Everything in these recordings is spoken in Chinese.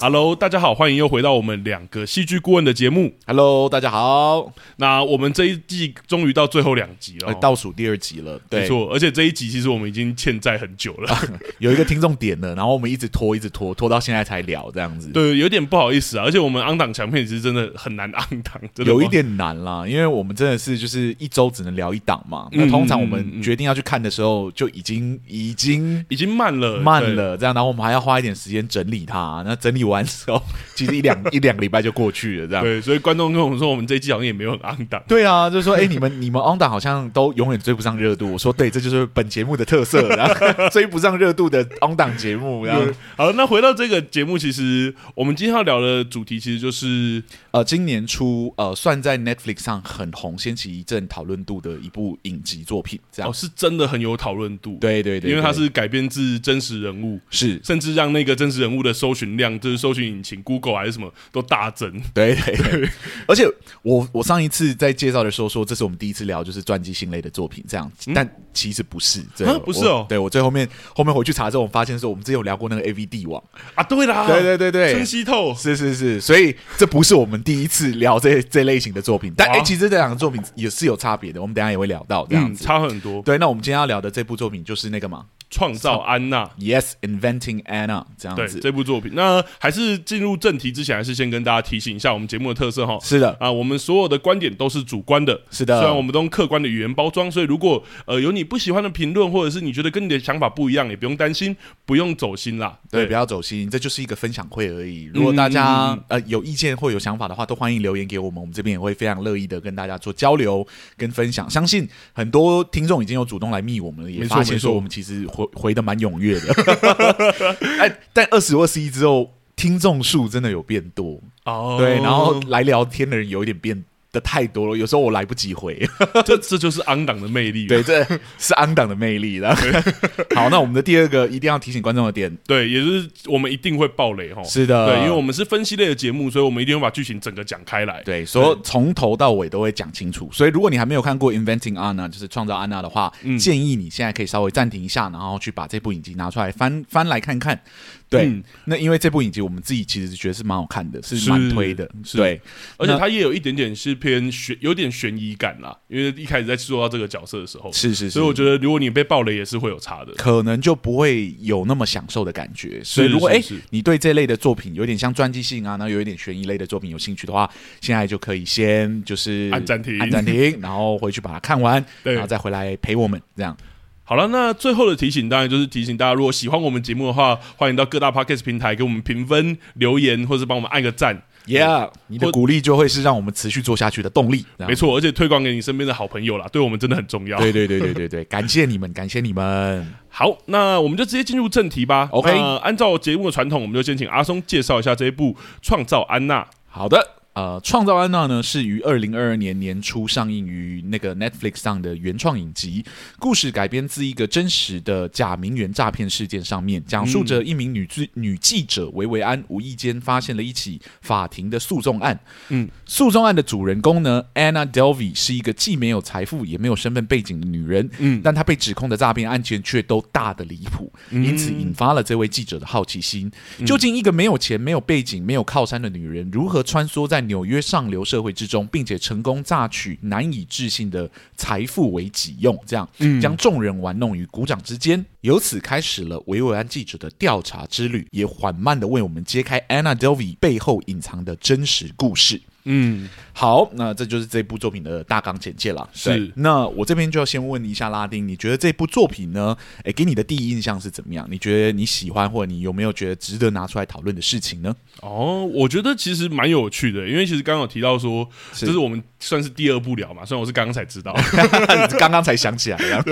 Hello，大家好，欢迎又回到我们两个戏剧顾问的节目。 Hello，大家好，那我们这一季终于到最后两集了呃哦、倒数第二集了，没对，错，而且这一集其实我们已经欠债很久了，有一个听众点了，然后我们一直拖，一直拖，拖到现在才聊这样子，， 对，有点不好意思啊。而且我们昂档强片其实真的很难昂档，真的有不一点难啦，因为我们真的是就是一周只能聊一档嘛，那嗯通常我嗯嗯们决定要去看的时候就已经已经。已经慢了，慢对。了，这样，然后我们还要花一点时间整理它。那整理完之后， 其实一两一两个礼拜就过去了，这样。对，所以观众跟我们说，我们这一季好像也没有很昂档。对啊，就是说，哎、你们你们 on 档好像都永远追不上热度。我说对，这就是本节目的特色， 然后追不上热度的 on 档节目。然后对好，那回到这个节目，其实我们今天要聊的主题其实就是呃，今年初呃，算在 Netflix 上很红，掀起一阵讨论度的一部影集作品，这样。哦，是真的很有讨论度，对对对，因为它对是改编自真实人物，是，甚至让那个真实人物的搜寻量，就是搜寻引擎 Google 还是什么都大增。对 对对。而且我我上一次在介绍的时候说，这是我们第一次聊就是传记性类的作品，这样，但其实不是，这嗯啊不是哦我对我最后面后面回去查之后，我发现说我们之前有聊过那个 A V 帝王，啊，对啦，对对对对村西透，是是是，所以这不是我们第一次聊这这类型的作品，但哇哎、其实这两个作品也是有差别的，我们等一下也会聊到这样啊嗯，子。差很多。对，那我们今天要聊的这部作品就是那个嘛创造安娜， ，Yes, Inventing Anna 这对样子。这部作品。那还是进入正题之前，还是先跟大家提醒一下我们节目的特色哈。是的，啊，我们所有的观点都是主观的，是的虽然我们都用客观的语言包装，所以如果呃有你不喜欢的评论，或者是你觉得跟你的想法不一样，也不用担心，不用走心啦。对，不要走心，这就是一个分享会而已。如果大嗯家、呃有意见或有想法的话，都欢迎留言给我们，我们这边也会非常乐意的跟大家做交流跟分享。相信很多听众已经有主动来密我们了，也没错发没现错说我们其实回回的蛮踊跃的。 哎，但二十二十一之后，听众数真的有变多，哦对，然 后来聊天的人有一点变。的太多了，有时候我来不及回。这这就是昂党的魅力。啊对，这是昂档的魅力的。 好，那我们的第二个一定要提醒观众的点对，也就是我们一定会爆雷哈。是的，哦对，因为我们是分析类的节目，所以我们一定会把剧情整个讲开来。对，所以从头到尾都会讲清楚。所以如果你还没有看过《Inventing Anna》，就是创造安娜的话，嗯建议你现在可以稍微暂停一下，然后去把这部影集拿出来翻翻来看看。对，嗯那因为这部影集我们自己其实觉得是蛮好看的，是是蛮推的。是对，而且那它也有一点点是偏悬，有点悬疑感啦。因为一开始在说到这个角色的时候，是是是，所以我觉得如果你被爆雷也是会有差的。可能就不会有那么享受的感觉。所以是如果是哎、是你对这类的作品有点像传记性啊，然后有一点悬疑类的作品有兴趣的话，现在就可以先就是按暂停按暂停，然后回去把它看完，对然后再回来陪我们这样。好了，那最后的提醒当然就是提醒大家，如果喜欢我们节目的话，欢迎到各大 podcast 平台给我们评分、留言，或是帮我们按个赞。 Yeah，你的或鼓励就会是让我们持续做下去的动力。这样没，错，而且推广给你身边的好朋友啦，对我们真的很重要。啊对对对对对对，感谢你们，感谢你们。好，那我们就直接进入正题吧。 OK 那按照节目的传统，我们就先请阿松介绍一下这一部《创造安娜》。好的，呃，《创造安娜》呢是于二零二二年年初上映于那个 Netflix 上的原创影集，故事改编自一个真实的假名媛诈骗事件上面，讲述着一名女记女记者维维安无意间发现了一起法庭的诉讼案。嗯，诉讼案的主人公呢，Anna Delvey 是一个既没有财富也没有身份背景的女人，嗯但她被指控的诈骗案件却都大的离谱，因此引发了这位记者的好奇心。究竟一个没有钱、没有背景、没有靠山的女人，如何穿梭在纽约上流社会之中，并且成功榨取难以置信的财富为己用？这样将众人玩弄于股掌之间。由此开始了维维安记者的调查之旅，也缓慢地为我们揭开 Anna Delvey 背后隐藏的真实故事。嗯，好，那这就是这部作品的大纲简介了。是对那我这边就要先问一下拉丁，你觉得这部作品呢？诶，给你的第一印象是怎么样？你觉得你喜欢，或者你有没有觉得值得拿出来讨论的事情呢？ 哦，我觉得其实蛮有趣的，因为其实刚刚有提到说，是这是我们算是第二部聊嘛，虽然我是刚刚才知道，刚刚才想起来呀。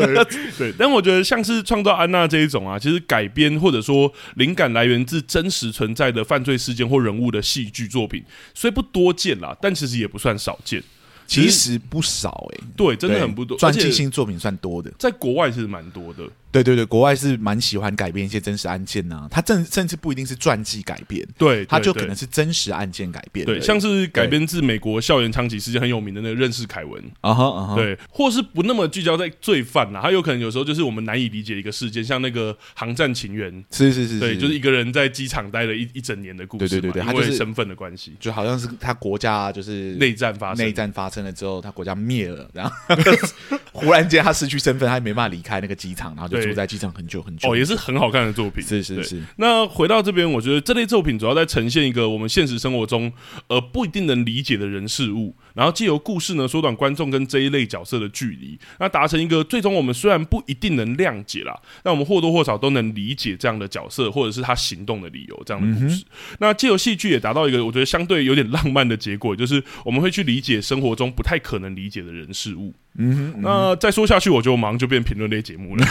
对，但我觉得像是创造安娜这一种啊，其实改编或者说灵感来源自真实存在的犯罪事件或人物的戏剧作品，虽不多见啦，但其实也不算少见。其实不少诶，对，真的对很不多，传而记且性作品算多的。在国外其实蛮多的。对对对，国外是蛮喜欢改编一些真实案件呐、它甚甚至不一定是传记改编，对，它对就对可能是真实案件改编的。对，像是改编自美国校园枪击事件很有名的那个认识凯文，啊哈啊哈，对，或是不那么聚焦在罪犯啦，他有可能有时候就是我们难以理解的一个事件，像那个航站情缘，是是是，对，就是一个人在机场待了一一整年的故事嘛，对对对对他因就为是身份的关系，就好像是他国家啊就是内战发生，内战发生了之后，他国家灭了，然后 忽然间他失去身份，他也没办法离开那个机场，然后就对住在机场很久很久。哦，也是很好看的作品，是是对是，那回到这边，我觉得这类作品主要在呈现一个我们现实生活中呃不一定能理解的人事物，然后借由故事呢缩短观众跟这一类角色的距离，那达成一个最终我们虽然不一定能谅解啦，但我们或多或少都能理解这样的角色或者是他行动的理由这样的故事。那借由戏剧也达到一个我觉得相对有点浪漫的结果，就是我们会去理解生活中不太可能理解的人事物。嗯哼，那再说下去，我觉得我马上就变评论类节目了。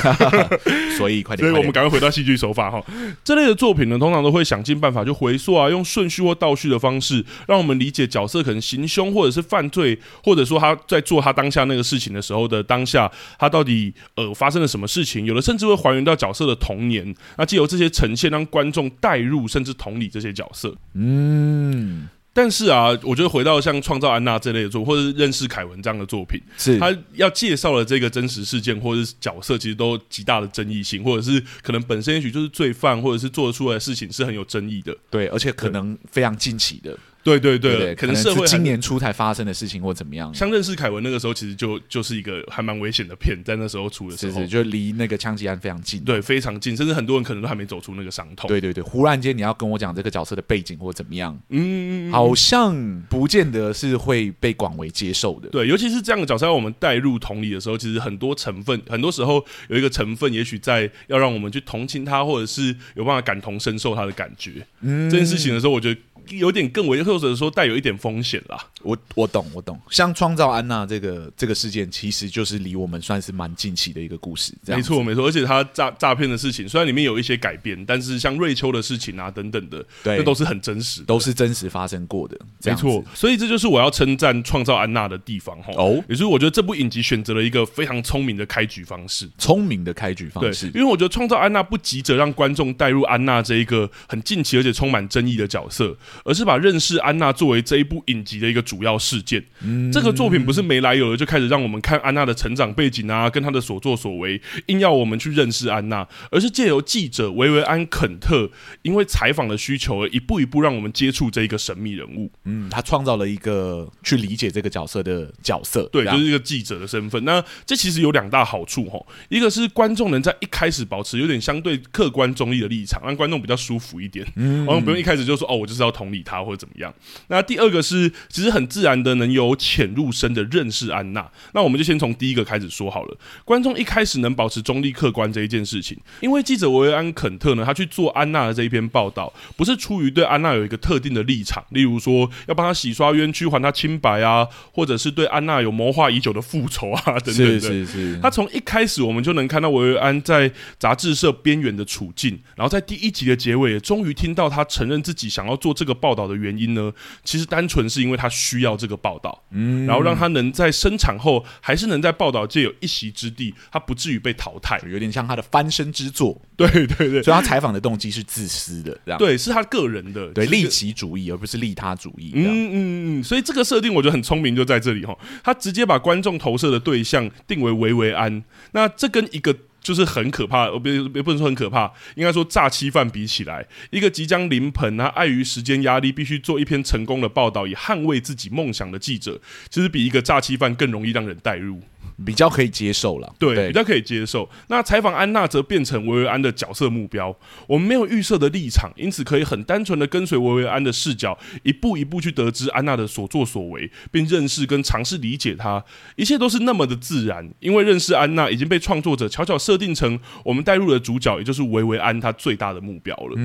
所以快所点，以我们快点赶快回到戏剧手法哈，这类的作品呢，通常都会想尽办法去回溯啊，用顺序或倒叙的方式，让我们理解角色可能行凶或者是犯罪，或者说他在做他当下那个事情的时候的当下，他到底呃发生了什么事情，有的甚至会还原到角色的童年，那借由这些呈现，让观众代入甚至同理这些角色。嗯，但是啊，我觉得回到像《创造安娜》这类的作品，或者是认识凯文这样的作品，是他要介绍的这个真实事件或者是角色，其实都有极大的争议性，或者是可能本身也许就是罪犯，或者是做出来的事情是很有争议的。对，而且可能非常近期的，对对对，对不对，可能能社会是今还。年初才发生的事情或怎么样。像认识凯文那个时候，其实就就是一个还蛮危险的片，在那时候出的时是候，是，就离那个枪击案非常近。对非常近，甚至很多人可能都还没走出那个伤痛。对对对，忽然间你要跟我讲这个角色的背景或怎么样，嗯，嗯，嗯好像不见得是会被广为接受的。对，尤其是这样的角色，让我们带入同理的时候，其实很多成分，很多时候有一个成分，也许在要让我们去同情他，或者是有办法感同身受他的感觉。嗯，这件事情的时候，我觉得有点更为，或者说带有一点风险啦。我我懂，我懂。像创造安娜这个这个事件，其实就是离我们算是蛮近期的一个故事。这样没子，错，没错。而且他诈诈骗的事情，虽然里面有一些改变，但是像瑞秋的事情啊等等的，对那都是很真实的，都是真实发生过的。这没样子错，。所以这就是我要称赞创造安娜的地方哈。哦也就是我觉得这部影集选择了一个非常聪明的开局方式。聪明的开局对方式，因为我觉得创造安娜不急着让观众带入安娜这一个很近期而且充满争议的角色，而是把认识安娜作为这一部影集的一个主要事件。嗯这个作品不是没来由的就开始让我们看安娜的成长背景啊，跟她的所作所为，硬要我们去认识安娜，而是借由记者维维安肯特因为采访的需求而一步一步让我们接触这一个神秘人物。嗯，他创造了一个去理解这个角色的角色。对，这就样是一个记者的身份。那这其实有两大好处吼，一个是观众能在一开始保持有点相对客观中立的立场，让观众比较舒服一点，嗯，然后不用一开始就说哦，我就是要同理他或者怎么样。那第二个是，其实很自然的能由浅入深的认识安娜。那我们就先从第一个开始说好了。观众一开始能保持中立客观这一件事情，因为记者维安肯特呢，他去做安娜的这一篇报道，不是出于对安娜有一个特定的立场，例如说要帮她洗刷冤屈、还她清白啊，或者是对安娜有谋划已久的复仇啊等等是的。是是，他从一开始我们就能看到维维安在杂志社边缘的处境，然后在第一集的结尾也终于听到他承认自己想要做这个报道的原因呢，其实单纯是因为他需要这个报道，嗯，然后让他能在生产后还是能在报道界有一席之地，他不至于被淘汰。有点像他的翻身之作。对对对所以他采访的动机是自私的，这样对，是他个人的，啊对是一利个己主义，而不是利他主义。这样嗯嗯嗯，所以这个设定我觉得很聪明，就在这里哈，他直接把观众投射的对象定为维维安，那这跟一个。就是很可怕，呃，别别不能说很可怕，应该说诈欺犯比起来，一个即将临盆啊，碍于时间压力，必须做一篇成功的报道，以捍卫自己梦想的记者，其实比一个诈欺犯更容易让人带入。比较可以接受了。对，比较可以接受。那采访安娜则变成维维安的角色目标，我们没有预设的立场，因此可以很单纯的跟随维维安的视角，一步一步去得知安娜的所作所为，并认识跟尝试理解她，一切都是那么的自然。因为认识安娜已经被创作者巧巧设定成我们带入的主角，也就是维维安她最大的目标了。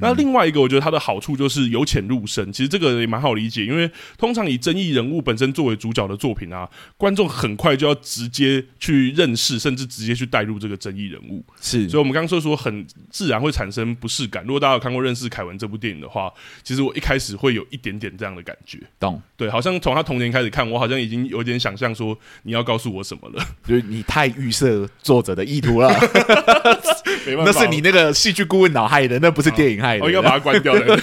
那另外一个，我觉得它的好处就是由浅入深，其实这个也蛮好理解，因为通常以争议人物本身作为主角的作品啊，观众很快就要直接去认识，甚至直接去带入这个争议人物。是所以，我们刚刚说说很自然会产生不适感。如果大家有看过《认识凯文》这部电影的话，其实我一开始会有一点点这样的感觉，懂，对，好像从他童年开始看，我好像已经有点想象说你要告诉我什么了，就是你太预设作者的意 图了，没办 那法，是你那个戏剧顾问脑害的，那不是电影害的。我应哦该把它关掉 了，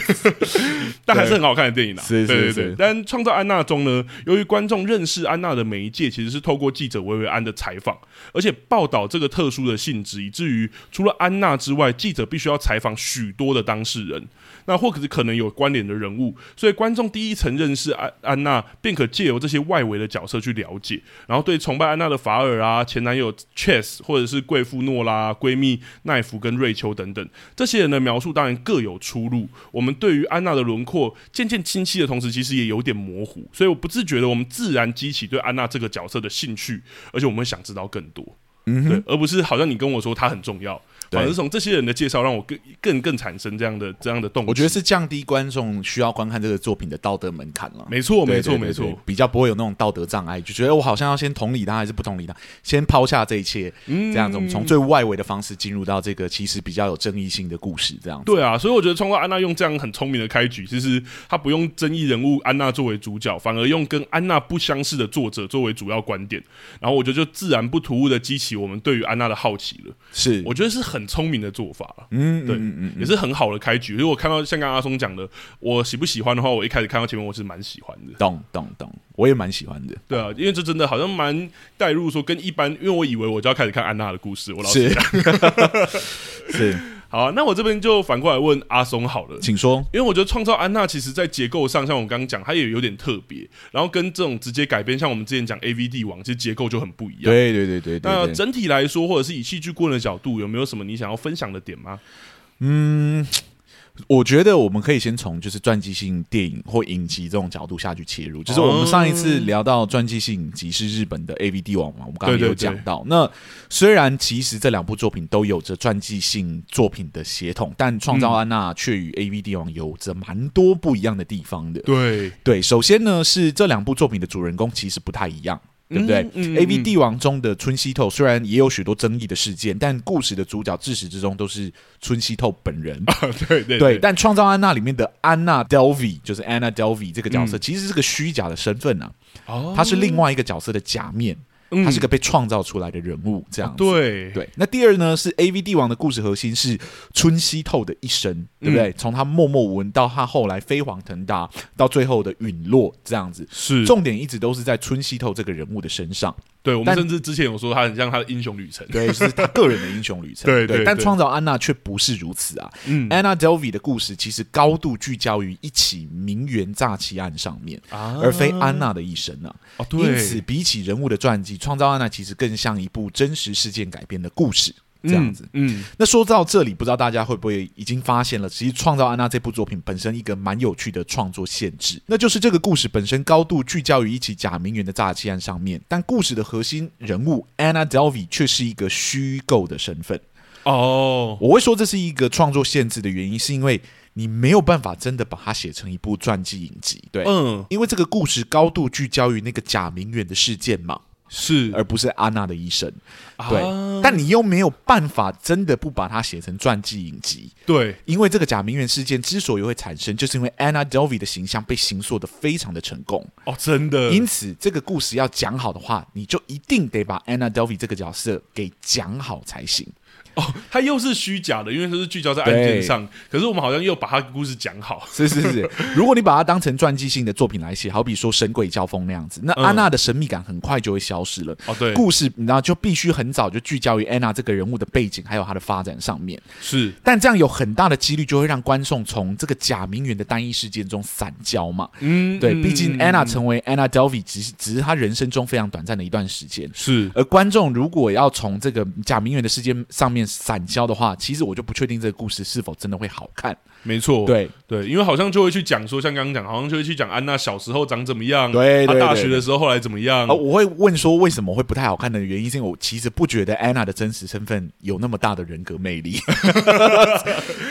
但还是很好看的电影啊。是是对对是对。但创造安娜中呢，由于观众认识安娜的媒介其实是透过记者维维安的采访，而且报道这个特殊的性质，以至于除了安娜之外，记者必须要采访许多的当事人，那或者是可能有关联的人物，所以观众第一层认识安安娜，便可借由这些外围的角色去了解，然后对崇拜安娜的法尔啊、前男友 Chess 或者是贵妇诺拉、啊闺蜜奈芙跟瑞秋等等，这些人的描述当然各有出入。我们对于安娜的轮廓渐渐清晰的同时，其实也有点模糊，所以我不自觉的，我们自然激起对安娜这个角色的兴趣，而且我们会想知道更多。嗯对，而不是好像你跟我说她很重要，对反而是从这些人的介绍让我更更更产生这样的这样的动机。我觉得是降低观众需要观看这个作品的道德门槛了。没错，对没错，对没对对错。比较不会有那种道德障碍，就觉得我好像要先同理他还是不同理他，先抛下这一切，嗯这样子我们从最外围的方式进入到这个其实比较有争议性的故事，这样子。对啊，所以我觉得创造安娜用这样很聪明的开局，其实他不用争议人物安娜作为主角，反而用跟安娜不相似的作者作为主要观点，然后我觉得就自然不突兀的激起我们对于安娜的好奇了。是，我觉得是很聪明的做法了。嗯，对嗯嗯嗯也是很好的开局。如果看到像刚刚阿松讲的，我喜不喜欢的话，我一开始看到前面我是蛮喜欢的。懂懂懂，我也蛮喜欢的。对啊，因为这真的好像蛮带入说跟一般，因为我以为我就要开始看安娜的故事。我老实是讲，是，好、啊，那我这边就反过来问阿松好了。请 说。因为我觉得创造安娜其实在结构上，像我们刚刚讲，它也有点特别，然后跟这种直接改编，像我们之前讲 A V 帝王，其实结构就很不一样。对对对对对那对。整体来说，或者是以戏剧顾问的角度，有没有什么你想要分享的点吗？我觉得我们可以先从就是传记性电影或影集这种角度下去切入。就是我们哦上一次聊到传记性影集是日本的 A V 帝王嘛，我们刚刚也有对对对讲到。那虽然其实这两部作品都有着传记性作品的协同，但《创造安娜》却与 A V 帝王有着蛮多不一样的地方的。对，对，首先呢是这两部作品的主人公其实不太一样。对不对、嗯嗯 a V 嗯帝王中的春熙透虽然也有许多争议的事件，但故事的主角自始至终都是春熙透本人。 对对对，但《创造安娜》里面的安娜 Delvey 就是 Anna Delvey 这个角嗯色，其实是个虚假的身份啊，哦她是另外一个角色的假面，嗯哦她是个被创造出来的人物，这样子。对对，那第二呢是 A V 帝王的故事核心是春熙透的一生，对嗯不对？从他默默无闻到他后来飞黄腾达，到最后的陨落，这样子，是重点一直都是在春熙透这个人物的身上。对，我们但甚至之前有说他很像他的英雄旅程。对，是他个人的英雄旅程。 对对但对创造安娜却不是如此啊。嗯 Anna Delvey 的故事其实高度聚焦于一起名媛诈欺案上面，啊而非安娜的一生啊。哦，对，因此，比起人物的传记，创造安娜其实更像一部真实事件改编的故事。这样子，嗯，嗯，那说到这里，不知道大家会不会已经发现了，其实《创造安娜》这部作品本身一个蛮有趣的创作限制，那就是这个故事本身高度聚焦于一起假名媛的诈欺案上面，但故事的核心人物 Anna Delvey 却是一个虚构的身份。哦，我会说这是一个创作限制的原因，是因为你没有办法真的把它写成一部传记影集，对，嗯，因为这个故事高度聚焦于那个假名媛的事件嘛，是，而不是安娜的一生，嗯对。啊但你又没有办法真的不把它写成传记影集，对，因为这个假名媛事件之所以会产生，就是因为 Anna Delvey 的形象被形塑的非常的成功，哦，真的，因此这个故事要讲好的话，你就一定得把 Anna Delvey 这个角色给讲好才行。哦，它又是虚假的，因为它是聚焦在案件上，可是我们好像又把它故事讲好，是是是， 如果你把它当成传记性的作品来写，好比说《神鬼交锋》那样子，那嗯安娜的神秘感很快就会消失了。哦，对，故事你知道就必须很早就聚焦于安娜这个人物的背景，还有她的发展上面。是，但这样有很大的几率就会让观众从这个假名媛的单一事件中散焦嘛。嗯，对，嗯毕竟嗯 Anna 成为 Anna Delvey 只是只是她人生中非常短暂的一段时间。是，而观众如果要从这个假名媛的事件上面散销的话，其实我就不确定这个故事是否真的会好看。没错，对对，因为好像就会去讲说，像刚刚讲，好像就会去讲安娜小时候长怎么样，对她对大对学的时候后来怎么样啊，，我会问说为什么会不太好看的原因，是因为我其实不觉得安娜的真实身份有那么大的人格魅力，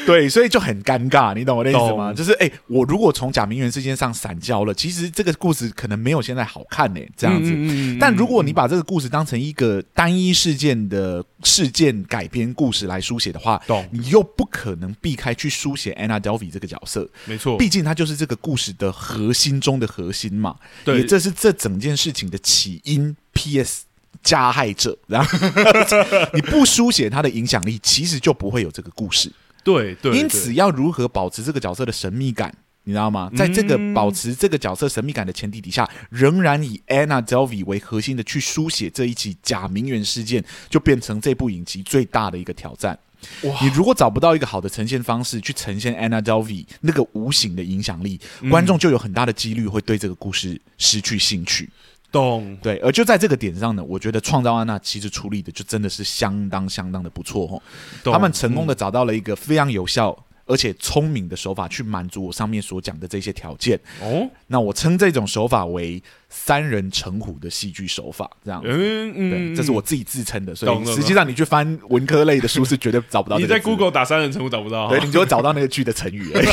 对，所以就很尴尬，你懂我的意思吗？懂就是哎、我如果从假名媛事件上散焦了，其实这个故事可能没有现在好看呢、这样子。嗯嗯嗯但如果你把这个故事当成一个单一事件的事件改编故事来书写的话，懂你又不可能避开去书写 Anna Delvey 这个角色，没错，毕竟它就是这个故事的核心中的核心嘛。对也这是这整件事情的起因。P.S. 加害者，然后 你不书写他的影响力，其实就不会有这个故事。对对，因对此，要如何保持这个角色的神秘感？你知道吗？在这嗯个保持这个角色神秘感的前提底下，仍然以 Anna Delvey 为核心的去书写这一起假名媛事件，就变成这部影集最大的一个挑战。哇你如果找不到一个好的呈现方式去呈现 Anna Delvey 那个无形的影响力，嗯观众就有很大的几率会对这个故事失去兴趣。懂对，而就在这个点上呢，我觉得创造安娜其实处理的就真的是相当相当的不错哦。懂，他们成功的找到了一个非常有效而且聪明的手法去满足我上面所讲的这些条件。哦，那我称这种手法为三人成虎的戏剧手法，这样。嗯对，嗯，这是我自己自称的，所懂以了实际上你去翻文科类的书是绝对找不到这你个字的。在 Google 打三人成我找不到，对，你就会找到那个剧的成 语而已。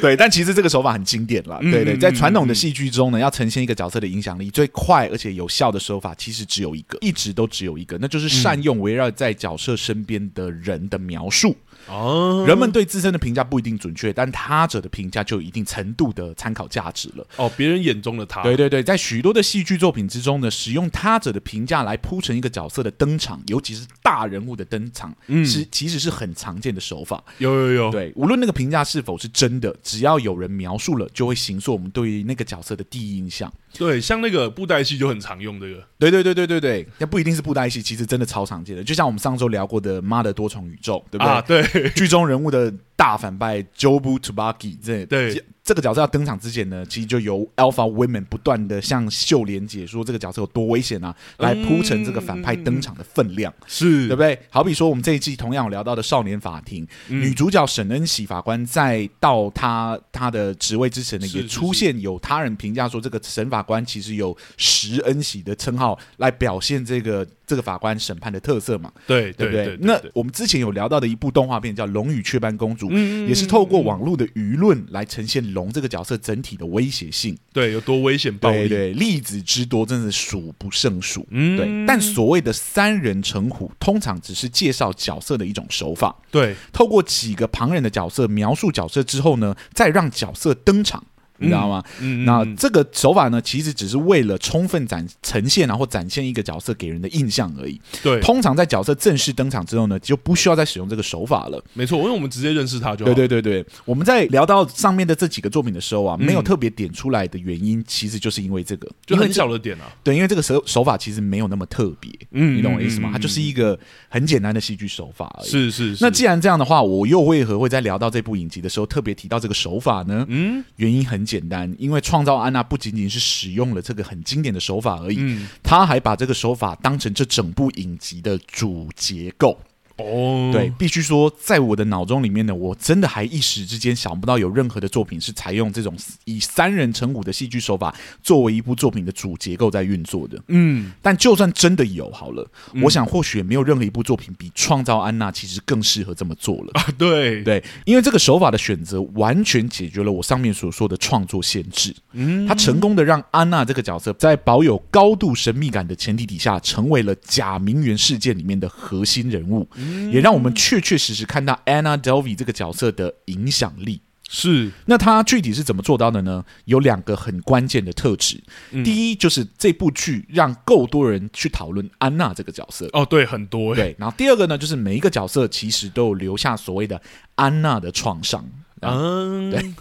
对，但其实这个手法很经典嗯啦。对对，在传统的戏剧中呢，要呈现一个角色的影响力最快而且有效的手法，其实只有一个，一直都只有一个，那就是善嗯用围绕在角色身边的人的描述。哦人们对自身的评价不一定准确，但他者的评价就有一定程度的参考价值了。哦，别人眼中的他，对对对，在许多的戏剧作品之中呢，使用他者的评价来铺成一个角色的登场，尤其是大人物的登场，是其实是很常见的手法。有有有，对，无论那个评价是否是真的，只要有人描述了，就会形塑我们对于那个角色的第一印象。对，像那个布袋戏就很常用这个，对对对对对对，那不一定是布袋戏，其实真的超常见的。就像我们上周聊过的《妈的多重宇宙》，对不对？啊，对， 剧中人物的大反派 Jobu Tubaki，这对这个角色要登场之前呢，其实就由 Alpha Women 不断的向秀莲解说这个角色有多危险啊，嗯来铺陈这个反派登场的分量。是对不对？好比说，我们这一季同样有聊到的《少年法庭》嗯女主角沈恩喜法官在到她她的职位之前呢，是也是出现有他人评价说，这个沈法官其实有石恩喜的称号，来表现这个这个法官审判的特色嘛，对对对不对对，那对嗯我们之前有聊到的一部动画片叫《龙与雀斑公主》，也是透过网络的舆论来呈现龙这个角色整体的威胁性。对有多危险暴对力，对，例子之多，真是数不胜数。嗯对，但所谓的三人成虎，通常只是介绍角色的一种手法，对透过几个旁人的角色描述角色之后呢，再让角色登场。你知道吗？嗯那这个手法呢，其实只是为了充分展呈现，然后展现一个角色给人的印象而已。对，通常在角色正式登场之后呢，就不需要再使用这个手法了。没错，因为我们直接认识他就好，对对对对，我们在聊到上面的这几个作品的时候啊，没有特别点出来的原因，其实就是因为这个，嗯就因为很这小的点啊，对，因为这个手手法其实没有那么特别，嗯你懂我意思吗嗯嗯？嗯它就是一个很简单的戏剧手法而已。。是是，那是既然这样的话，我又为何会在聊到这部影集的时候特别提到这个手法呢？嗯，原因很简单，因为创造安娜不仅仅是使用了这个很经典的手法而已，嗯他还把这个手法当成这整部影集的主结构。哦，对，必须说，在我的脑中里面呢，我真的还一时之间想不到有任何的作品是采用这种以三人成虎的戏剧手法作为一部作品的主结构在运作的。嗯，但就算真的有好了，我想或许也没有任何一部作品比《创造安娜》其实更适合这么做了。啊对对，因为这个手法的选择完全解决了我上面所说的创作限制。嗯，他成功的让安娜这个角色在保有高度神秘感的前提底下，成为了假名媛事件里面的核心人物，也让我们确确实实看到 Anna Delvey 这个角色的影响力。是那他具体是怎么做到的呢？有两个很关键的特质，第一就是这部剧让够多人去讨论安娜这个角色。哦对很多欸对，然后第二个呢，就是每一个角色其实都有留下所谓的安娜的创伤。嗯对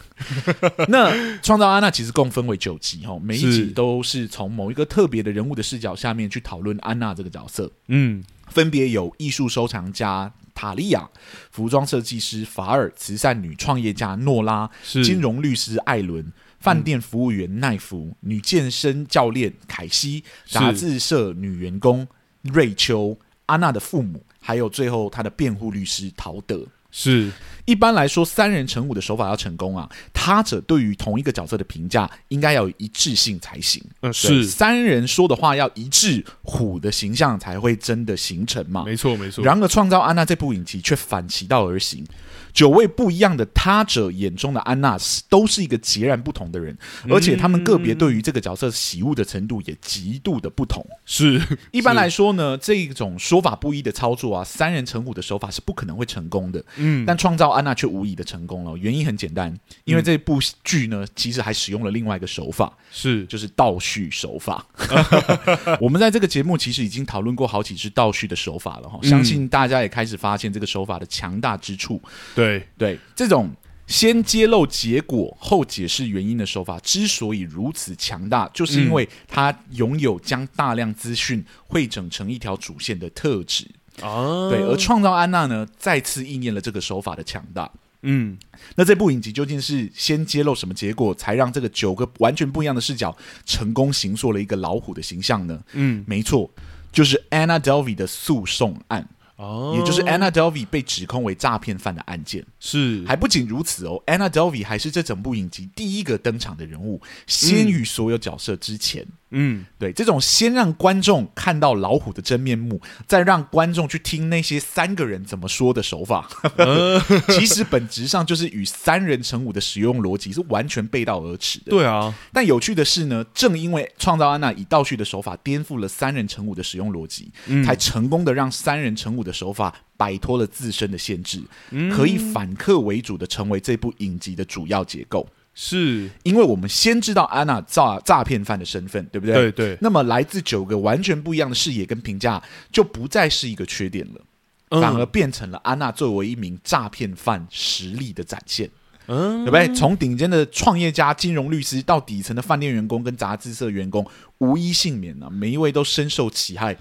那《创造安娜》其实共分为九集哦，每一是集都是从某一个特别的人物的视角下面去讨论安娜这个角色，嗯分别有艺术收藏家塔利亚、服装设计师法尔、慈善女创业家诺拉、是金融律师艾伦、饭店服务员奈芙、女健身教练凯西、是杂志社女员工瑞秋。安娜的父母，还有最后她的辩护律师陶德。是一般来说，三人成虎的手法要成功啊，他者对于同一个角色的评价应该要有一致性才行。嗯对是，三人说的话要一致，虎的形象才会真的形成嘛。没错没错，然而，创造安娜这部影集却反其道而行。九位不一样的他者眼中的安娜，都是一个截然不同的人，而且他们个别对于这个角色喜恶的程度也极度的不同。是一般来说呢，这种说法不一的操作啊，三人成虎的手法是不可能会成功的。嗯，但创造安娜却无疑的成功了。原因很简单，因为这部剧呢，其实还使用了另外一个手法，是就是倒叙手法。 我们在这个节目其实已经讨论过好几支倒叙的手法了哈，相信大家也开始发现这个手法的强大之处。对，对这种先揭露结果后解释原因的手法之所以如此强大，就是因为它拥有将大量资讯汇整成一条主线的特质。啊，对，而创造安娜呢，再次应验了这个手法的强大。嗯，那这部影集究竟是先揭露什么结果，才让这个九个完全不一样的视角成功形塑了一个老虎的形象呢？嗯，没错，就是 Anna Delvey 的诉讼案，哦，也就是 Anna Delvey 被指控为诈骗犯的案件。是还不仅如此哦，Anna Delvey 还是这整部影集第一个登场的人物，先于所有角色之前。嗯对，这种先让观众看到老虎的真面目，再让观众去听那些三个人怎么说的手法， 其实本质上就是与三人成虎的使用逻辑是完全背道而驰的。对啊，但有趣的是呢，正因为创造安娜以倒叙的手法颠覆了三人成虎的使用逻辑，才成功的让三人成虎的手法摆脱了自身的限制，可以反客为主的成为这部影集的主要结构。是因为我们先知道安娜诈诈骗犯的身份，对不对？对对那么来自九个完全不一样的视野跟评价，就不再是一个缺点了。嗯反而变成了安娜作为一名诈骗犯实力的展现。嗯对不对？从顶尖的创业家、金融律师到底层的饭店员工跟杂志社员工，无一幸免啊！每一位都深受其害，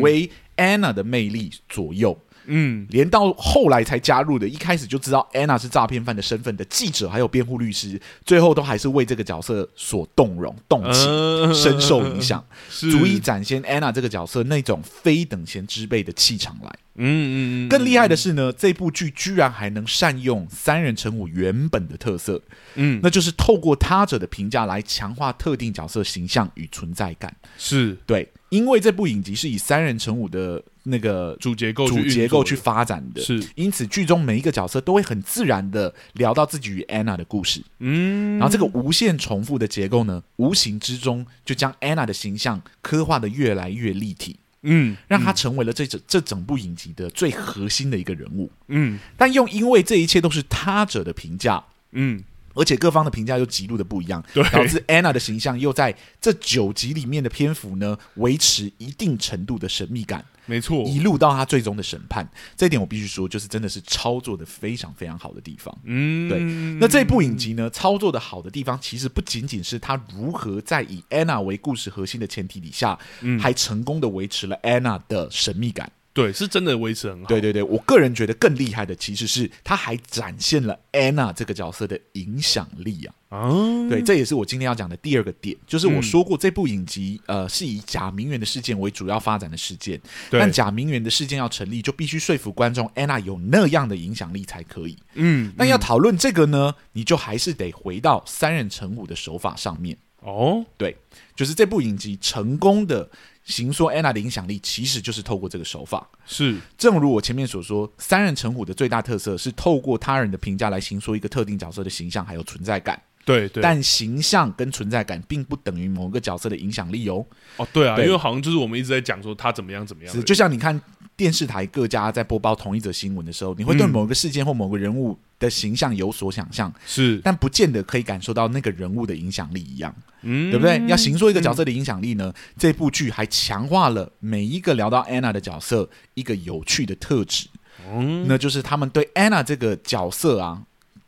为 Anna 的魅力左右。嗯连到后来才加入的，一开始就知道 Anna 是诈骗犯的身份的记者，还有辩护律师，最后都还是为这个角色所动容、动情，嗯深受影响，是足以展现 Anna 这个角色那种非等闲之辈的气场来。嗯嗯嗯更厉害的是呢，这部剧居然还能善用三人成虎原本的特色，嗯那就是透过他者的评价来强化特定角色形象与存在感。是对，因为这部影集是以三人成虎的那个主结构去主运结构作去发展的，是因此剧中每一个角色都会很自然的聊到自己与 Anna 的故事，嗯然后这个无限重复的结构呢，无形之中就将 Anna 的形象刻画的越来越立体。嗯让她成为了这整这整部影集的最核心的一个人物，嗯但又因为这一切都是他者的评价，嗯而且各方的评价又极度的不一样，对导致 Anna 的形象又在这九集里面的篇幅呢，维持一定程度的神秘感，没错一路到她最终的审判。这一点我必须说，就是真的是操作的非常非常好的地方。嗯对那这部影集呢，操作的好的地方，其实不仅仅是它如何在以 Anna 为故事核心的前提底下，嗯还成功的维持了 Anna 的神秘感。对是真的维持很好对对对，我个人觉得更厉害的其实是它还展现了 Anna 这个角色的影响力啊。啊对，这也是我今天要讲的第二个嗯点，就是我说过这部影集，呃，是以假名媛的事件为主要发展的事件。对但假名媛的事件要成立，就必须说服观众安娜有那样的影响力才可以。嗯但要讨论这个呢，你就还是得回到三人成虎的手法上面。哦对，就是这部影集成功的行说安娜的影响力，其实就是透过这个手法。是正如我前面所说，三人成虎的最大特色是透过他人的评价来行说一个特定角色的形象还有存在感。对对但形象跟存在感并不等于某个角色的影响力哦。哦对啊对因为好像就是我们一直在讲说他怎么样怎么样是，就像你看电视台各家在播报同一则新闻的时候，你会对嗯某个事件或某个人物的形象有所想象，是但不见得可以感受到那个人物的影响力一样，嗯对不对？要形塑一个角色的影响力呢，这部剧还强化了每一个聊到 Anna 的角色一个有趣的特质，嗯那就是他们对 Anna 这个角色啊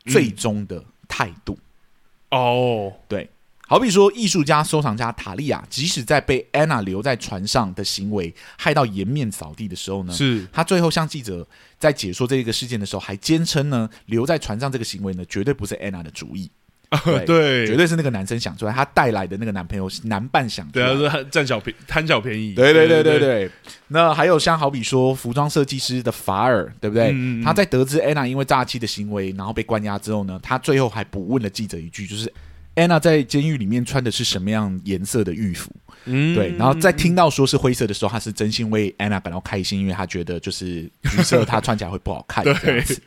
最终的态度。哦对，好比说，艺术家、收藏家塔利亚，即使在被安娜留在船上的行为害到颜面扫地的时候呢，是他最后向记者在解说这个事件的时候，还坚称呢，留在船上这个行为呢，绝对不是安娜的主意。对对绝对是那个男生想出来，他带来的那个男朋友男伴想出对来啊，的。是贪占小便贪小便宜，对对对对对，那还有像好比说服装设计师的法尔，对不对？嗯嗯嗯他在得知 Anna 因为诈欺的行为，然后被关押之后呢，他最后还补问了记者一句，就是 Anna 在监狱里面穿的是什么样颜色的狱服？嗯对，然后在听到说是灰色的时候，他是真心为 Anna 感到开心，因为他觉得就是橘色她穿起来会不好 看这样子。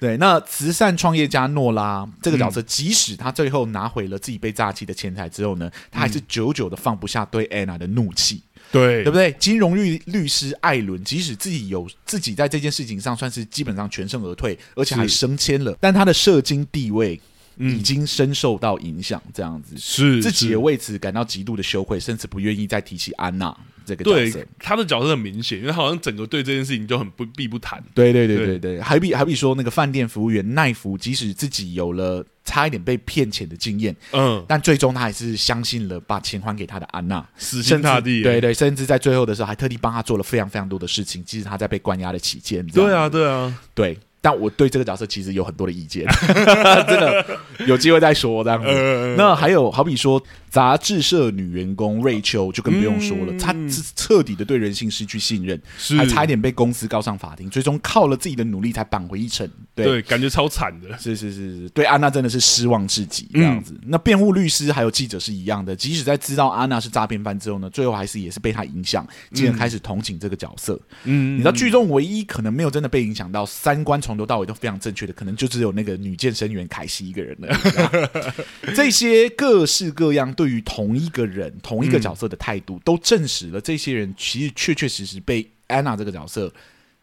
对，那慈善创业家诺拉这个角嗯色，即使他最后拿回了自己被诈欺的钱财之后呢，他嗯还是久久的放不下对 Anna 的怒气，对对不对？金融律律师艾伦，即使自己有自己在这件事情上算是基本上全身而退，而且还是升迁了，但他的社经地位已经深受到影响，这样子。是自己是也为此感到极度的羞愧，甚至不愿意再提起安娜这个角对色。他的角色很明显，因为他好像整个对这件事情就很不避不谈。对对对对对对，还比还比说那个饭店服务员奈福，即使自己有了差一点被骗钱的经验，嗯，但最终他还是相信了把钱还给他的安娜，死心甚至塌地。对对，甚至在最后的时候还特地帮他做了非常非常多的事情，即使他在被关押的期间。这样对啊，对啊，对，但我对这个角色其实有很多的意 见，真的有机会再说这样呃子。那还有好比说杂志社女员工瑞秋就更不用说了，嗯她彻彻底的对人性失去信任，是还差一点被公司告上法庭，最终靠了自己的努力才扳回一城。对。对，感觉超惨的。是是是是，对安娜真的是失望至极这样子。那辩护律师还有记者是一样的，即使在知道安娜是诈骗犯之后呢，最后还是也是被她影响，进而开始同情这个角色。嗯你知道剧中唯一可能没有真的被影响到，三观从头到尾都非常正确的，可能就只有那个女健身员凯西一个人了。你知道这些各式各样对于同一个人、同一个角色的态度，都证实了这些人其实确确实实被安娜这个角色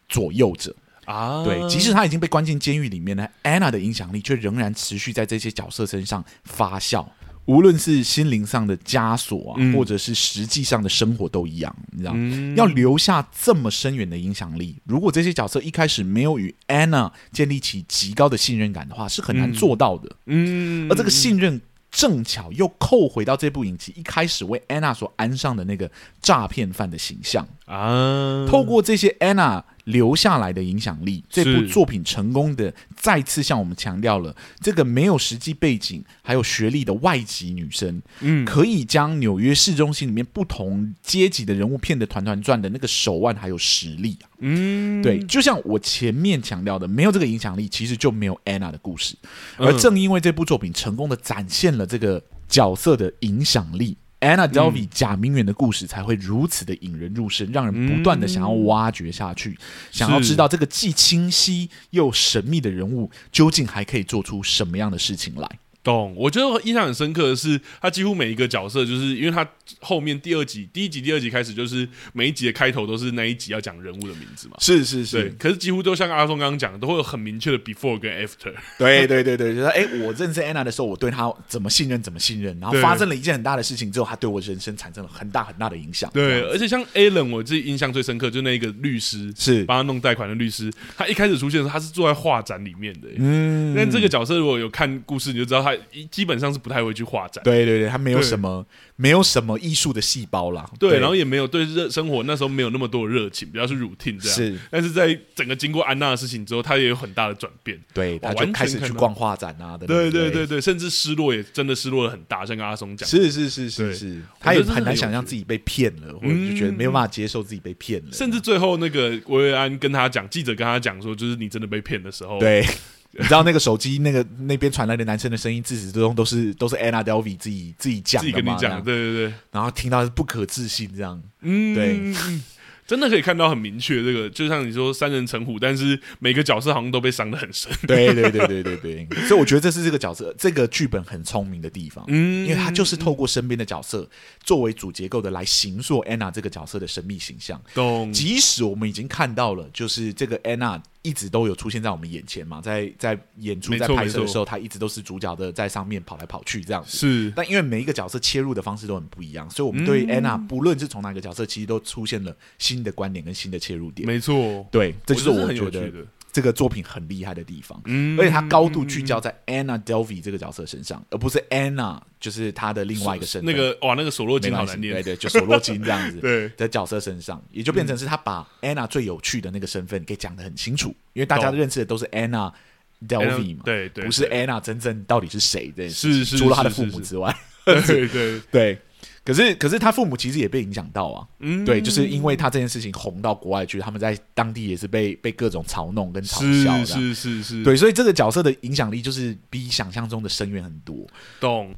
左右着。啊，对，即使他已经被关进监狱里面呢，安娜的影响力却仍然持续在这些角色身上发酵。无论是心灵上的枷锁啊，嗯或者是实际上的生活都一样，你知道，嗯要留下这么深远的影响力，如果这些角色一开始没有与 Anna 建立起极高的信任感的话，是很难做到的。嗯而这个信任正巧又扣回到这部影集一开始为 Anna 所安上的那个诈骗犯的形象。啊，透过这些 Anna 留下来的影响力，这是部作品成功的再次向我们强调了这个没有实际背景还有学历的外籍女生，嗯可以将纽约市中心里面不同阶级的人物骗得团团转的那个手腕还有实力啊。嗯对，就像我前面强调的，没有这个影响力，其实就没有 Anna 的故事。而正因为这部作品成功的展现了这个角色的影响力。Anna Delvey、贾明远的故事才会如此的引人入胜，让人不断的想要挖掘下去，想要知道这个既清晰又神秘的人物究竟还可以做出什么样的事情来。懂。我觉得我印象很深刻的是，他几乎每一个角色，就是因为他后面第二集、第一集、第二集开始，就是每一集的开头都是那一集要讲人物的名字嘛。是是对，，可是几乎都像阿松刚刚讲的，都会有很明确的 before 跟 after。对对对 对，就是哎、我认识 Anna 的时候，我对她怎么信任怎么信任，然后对发生了一件很大的事情之后，她对我人生产生了很大很大的影响。这对，样，而且像 Alan，我自己印象最深刻就是那个律师，是帮他弄贷款的律师。他一开始出现的时候，他是坐在画展里面的、嗯，但这个角色如果有看故事，你就知道他一基本上是不太会去画展。对对对，她没有对什么没有什么艺术的细胞啦。对，然后也没有对热生活那时候没有那么多的热情，比较是 routine 这样。是，但是在整个经过安娜的事情之后，他也有很大的转变。对，哇她就完开全始看去到逛画展啊，等等对对对对，甚至失落也真的失落的很大，像刚刚阿松讲，是是是对是是，我她觉也得这很很难有想象趣嗯自己被骗了，或者就觉得没有办法接受自己被骗了，甚至最后那个维维安跟他讲，记者跟他讲说，就是你真的被骗的时候，对。你知道那个手机那个那边传来的男生的声音，自始至终都是都是 Anna Delvey 自己自己讲自己的跟你嘛，这讲，样对对对，然后听到是不可置信这样，嗯，对嗯。嗯真的可以看到很明确，这个就像你说三人成虎，但是每个角色好像都被伤得很深。 对对对对对对，所以我觉得这是这个角色这个剧本很聪明的地方，嗯因为他就是透过身边的角色作为主结构的来形塑 Anna 这个角色的神秘形象。懂，即使我们已经看到了，就是这个 Anna 一直都有出现在我们眼前嘛，在在演出没在错拍摄的时候，她一直都是主角的在上面跑来跑去这样子。是嗯但因为每一个角色切入的方式都很不一样，所以我们对 Anna 不论是从哪个角色，其实都出现了新的观点跟新的切入点。没错，对，这就是我觉我得是觉很有得趣的这个作品很厉害的地方。嗯而且它高度聚焦在 Anna Delvey 这个角色身上，而不是 Anna 就是她的另外一个身份。那个哇，那个索洛没金好关系，难对念，对，就索洛金这样 子。对嗯的角色身上，也就变成是他把 Anna 最有趣的那个身份给讲得很清楚，因为大家懂认识的都是 Anna Delvey 嘛，对对，不是 Anna 真正到底是谁这件事是是除了他的父是母是之外， 对对，对。可是，可是他父母其实也被影响到啊，嗯对，就是因为他这件事情红到国外去，他们在当地也是被被各种嘲弄跟嘲笑的啊，是是是是，对，所以这个角色的影响力就是比想象中的深远很多。懂。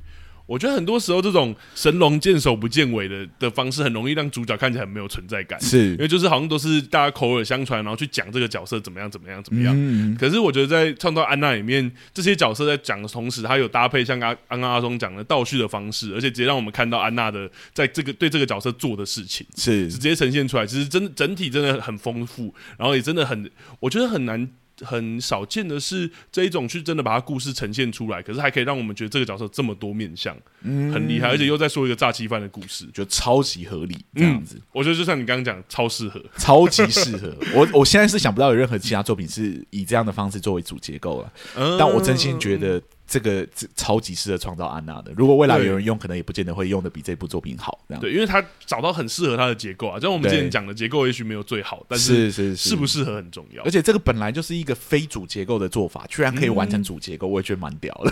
我觉得很多时候这种神龙见首不见尾的的方式，很容易让主角看起来很没有存在感，因是，为就是好像都是大家口耳相传，然后去讲这个角色怎么样怎么样怎么样。嗯，可是我觉得在创造安娜里面，这些角色在讲的同时，他有搭配像阿刚刚阿松讲的倒叙的方式，而且直接让我们看到安娜的在这个对这个角色做的事情，是直接呈现出来。其实真整体真的很丰富，然后也真的很，我觉得很难。很少见的是这一种去真的把它故事呈现出来，可是还可以让我们觉得这个角色这么多面相，嗯很厉害，而且又在说一个诈欺犯的故事。就超级合理这样子，我觉得就像你刚刚讲，超适合。嗯超级适合。 我我现在是想不到有任何其他作品是以这样的方式作为主结构了，嗯但我真心觉得这个这超级适合创造安娜的。如果未来对有人用，可能也不见得会用的比这部作品好。这样对，因为他找到很适合他的结构啊，就像我们之前对讲的，结构也许没有最好，但是是是适不适合很重要而。且这个本来就是一个非主结构的做法，居然可以完成主结构，我也觉得蛮屌的。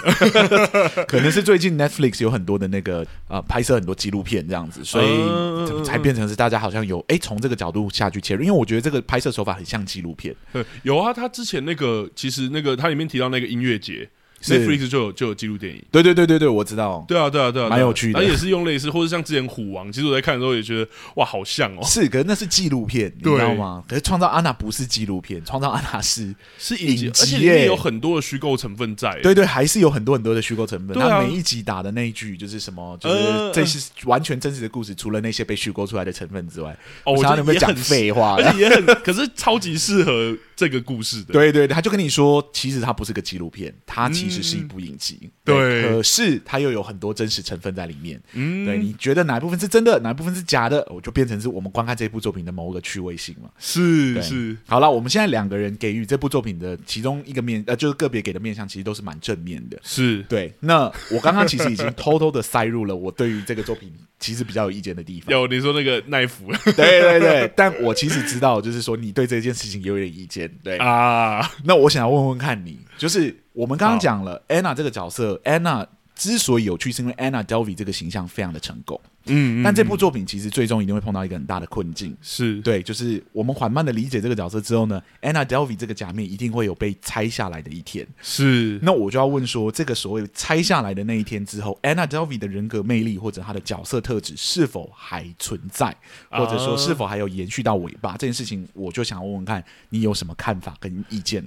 嗯 可能是最近 Netflix 有很多的那个呃拍摄很多纪录片这样子，所嗯以才变成是大家好像有哎从这个角度下去切入，因为我觉得这个拍摄手法很像纪录片，对，有啊，他之前那个其实那个他里面提到那个音乐节是，Netflix 就有就有纪录电影。对对对对对，我知道。对啊，对啊，对啊，蛮对啊有趣的然后也是用类似，或者像之前虎王，其实我在看的时候也觉得哇，好像哦，是，可是那是纪录片，你对知道吗？可是《创造安娜》不是纪录片，《创造安娜》是，是影集，影集而且里面耶有很多的虚构成分在。对对，还是有很多很多的虚构成分。对啊那每一集打的那一句就是什么，就是呃这是完全真实的故事，除了那些被虚构出来的成分之外，哦，我想觉要得你们也讲很废 话，而且也很，可是超级适合这个故事的。对对，他就跟你说，其实它不是个纪录片，它其实是一部影集。嗯对可是它又有很多真实成分在里面。嗯对，你觉得哪一部分是真的，哪一部分是假的，我就变成是我们观看这部作品的某个趣味性嘛。是对是，好了，我们现在两个人给予这部作品的其中一个面，呃，就是个别给的面向，其实都是蛮正面的。是，对，那我刚刚其实已经偷偷的塞入了我对于这个作品其实比较有意见的地方。有你说那个奈夫对对对，但我其实知道，就是说你对这件事情也有点意见。对啊，那我想要问问看你，就是我们刚好刚讲了 Anna 这个角色，Anna 之所以有趣，是因为 Anna Delvey 这个形象非常的成功。嗯，嗯但这部作品其实最终一定会碰到一个很大的困境。是对，就是我们缓慢的理解这个角色之后呢，Anna Delvey 这个假面一定会有被拆下来的一天。是那我就要问说，这个所谓拆下来的那一天之后，Anna Delvey 的人格魅力或者她的角色特质是否还存在，啊或者说是否还有延续到尾巴？这件事情，我就想要问问看你有什么看法跟意见。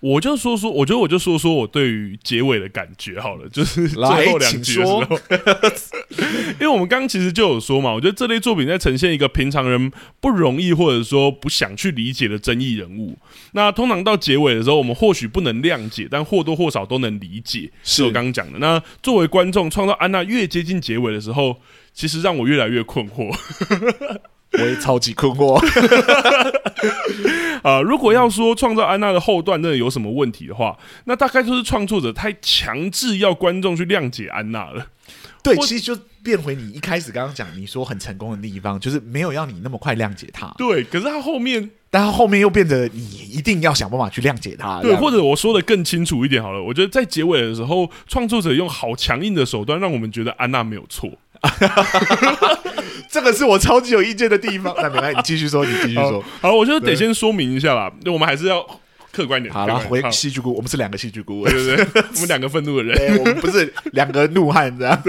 我就说说，我觉得我就说说我对于结尾的感觉好了， 就是来最后两集的时候，因为我们刚刚其实就有说嘛，我觉得这类作品在呈现一个平常人不容易或者说不想去理解的争议人物。那通常到结尾的时候，我们或许不能谅解，但或多或少都能理解。是我刚刚讲的。那作为观众，创造安娜越接近结尾的时候，其实让我越来越困惑。 我也超级困惑。啊，如果要说创造安娜的后段真的有什么问题的话，那大概就是创作者太强制要观众去谅解安娜了。 对，我其实就变回你一开始刚刚讲，你说很成功的地方，就是没有要你那么快谅解他，对，可是他后面但他后面又变得你一定要想办法去谅解他。啊这对，样或者我说的更清楚一点好了，我觉得在结尾的时候，创作者用好强硬的手段让我们觉得安娜没有错。这个是我超级有意见的地方。 那没关系，你继续说，你继续好说。，好，我觉得得先说明一下啦，我们还是要客观一点。好了，客观一回点戏剧顾，我们是两个戏剧顾好，对对对， 我们两个愤怒的人。对，我们不是两个怒汉这样。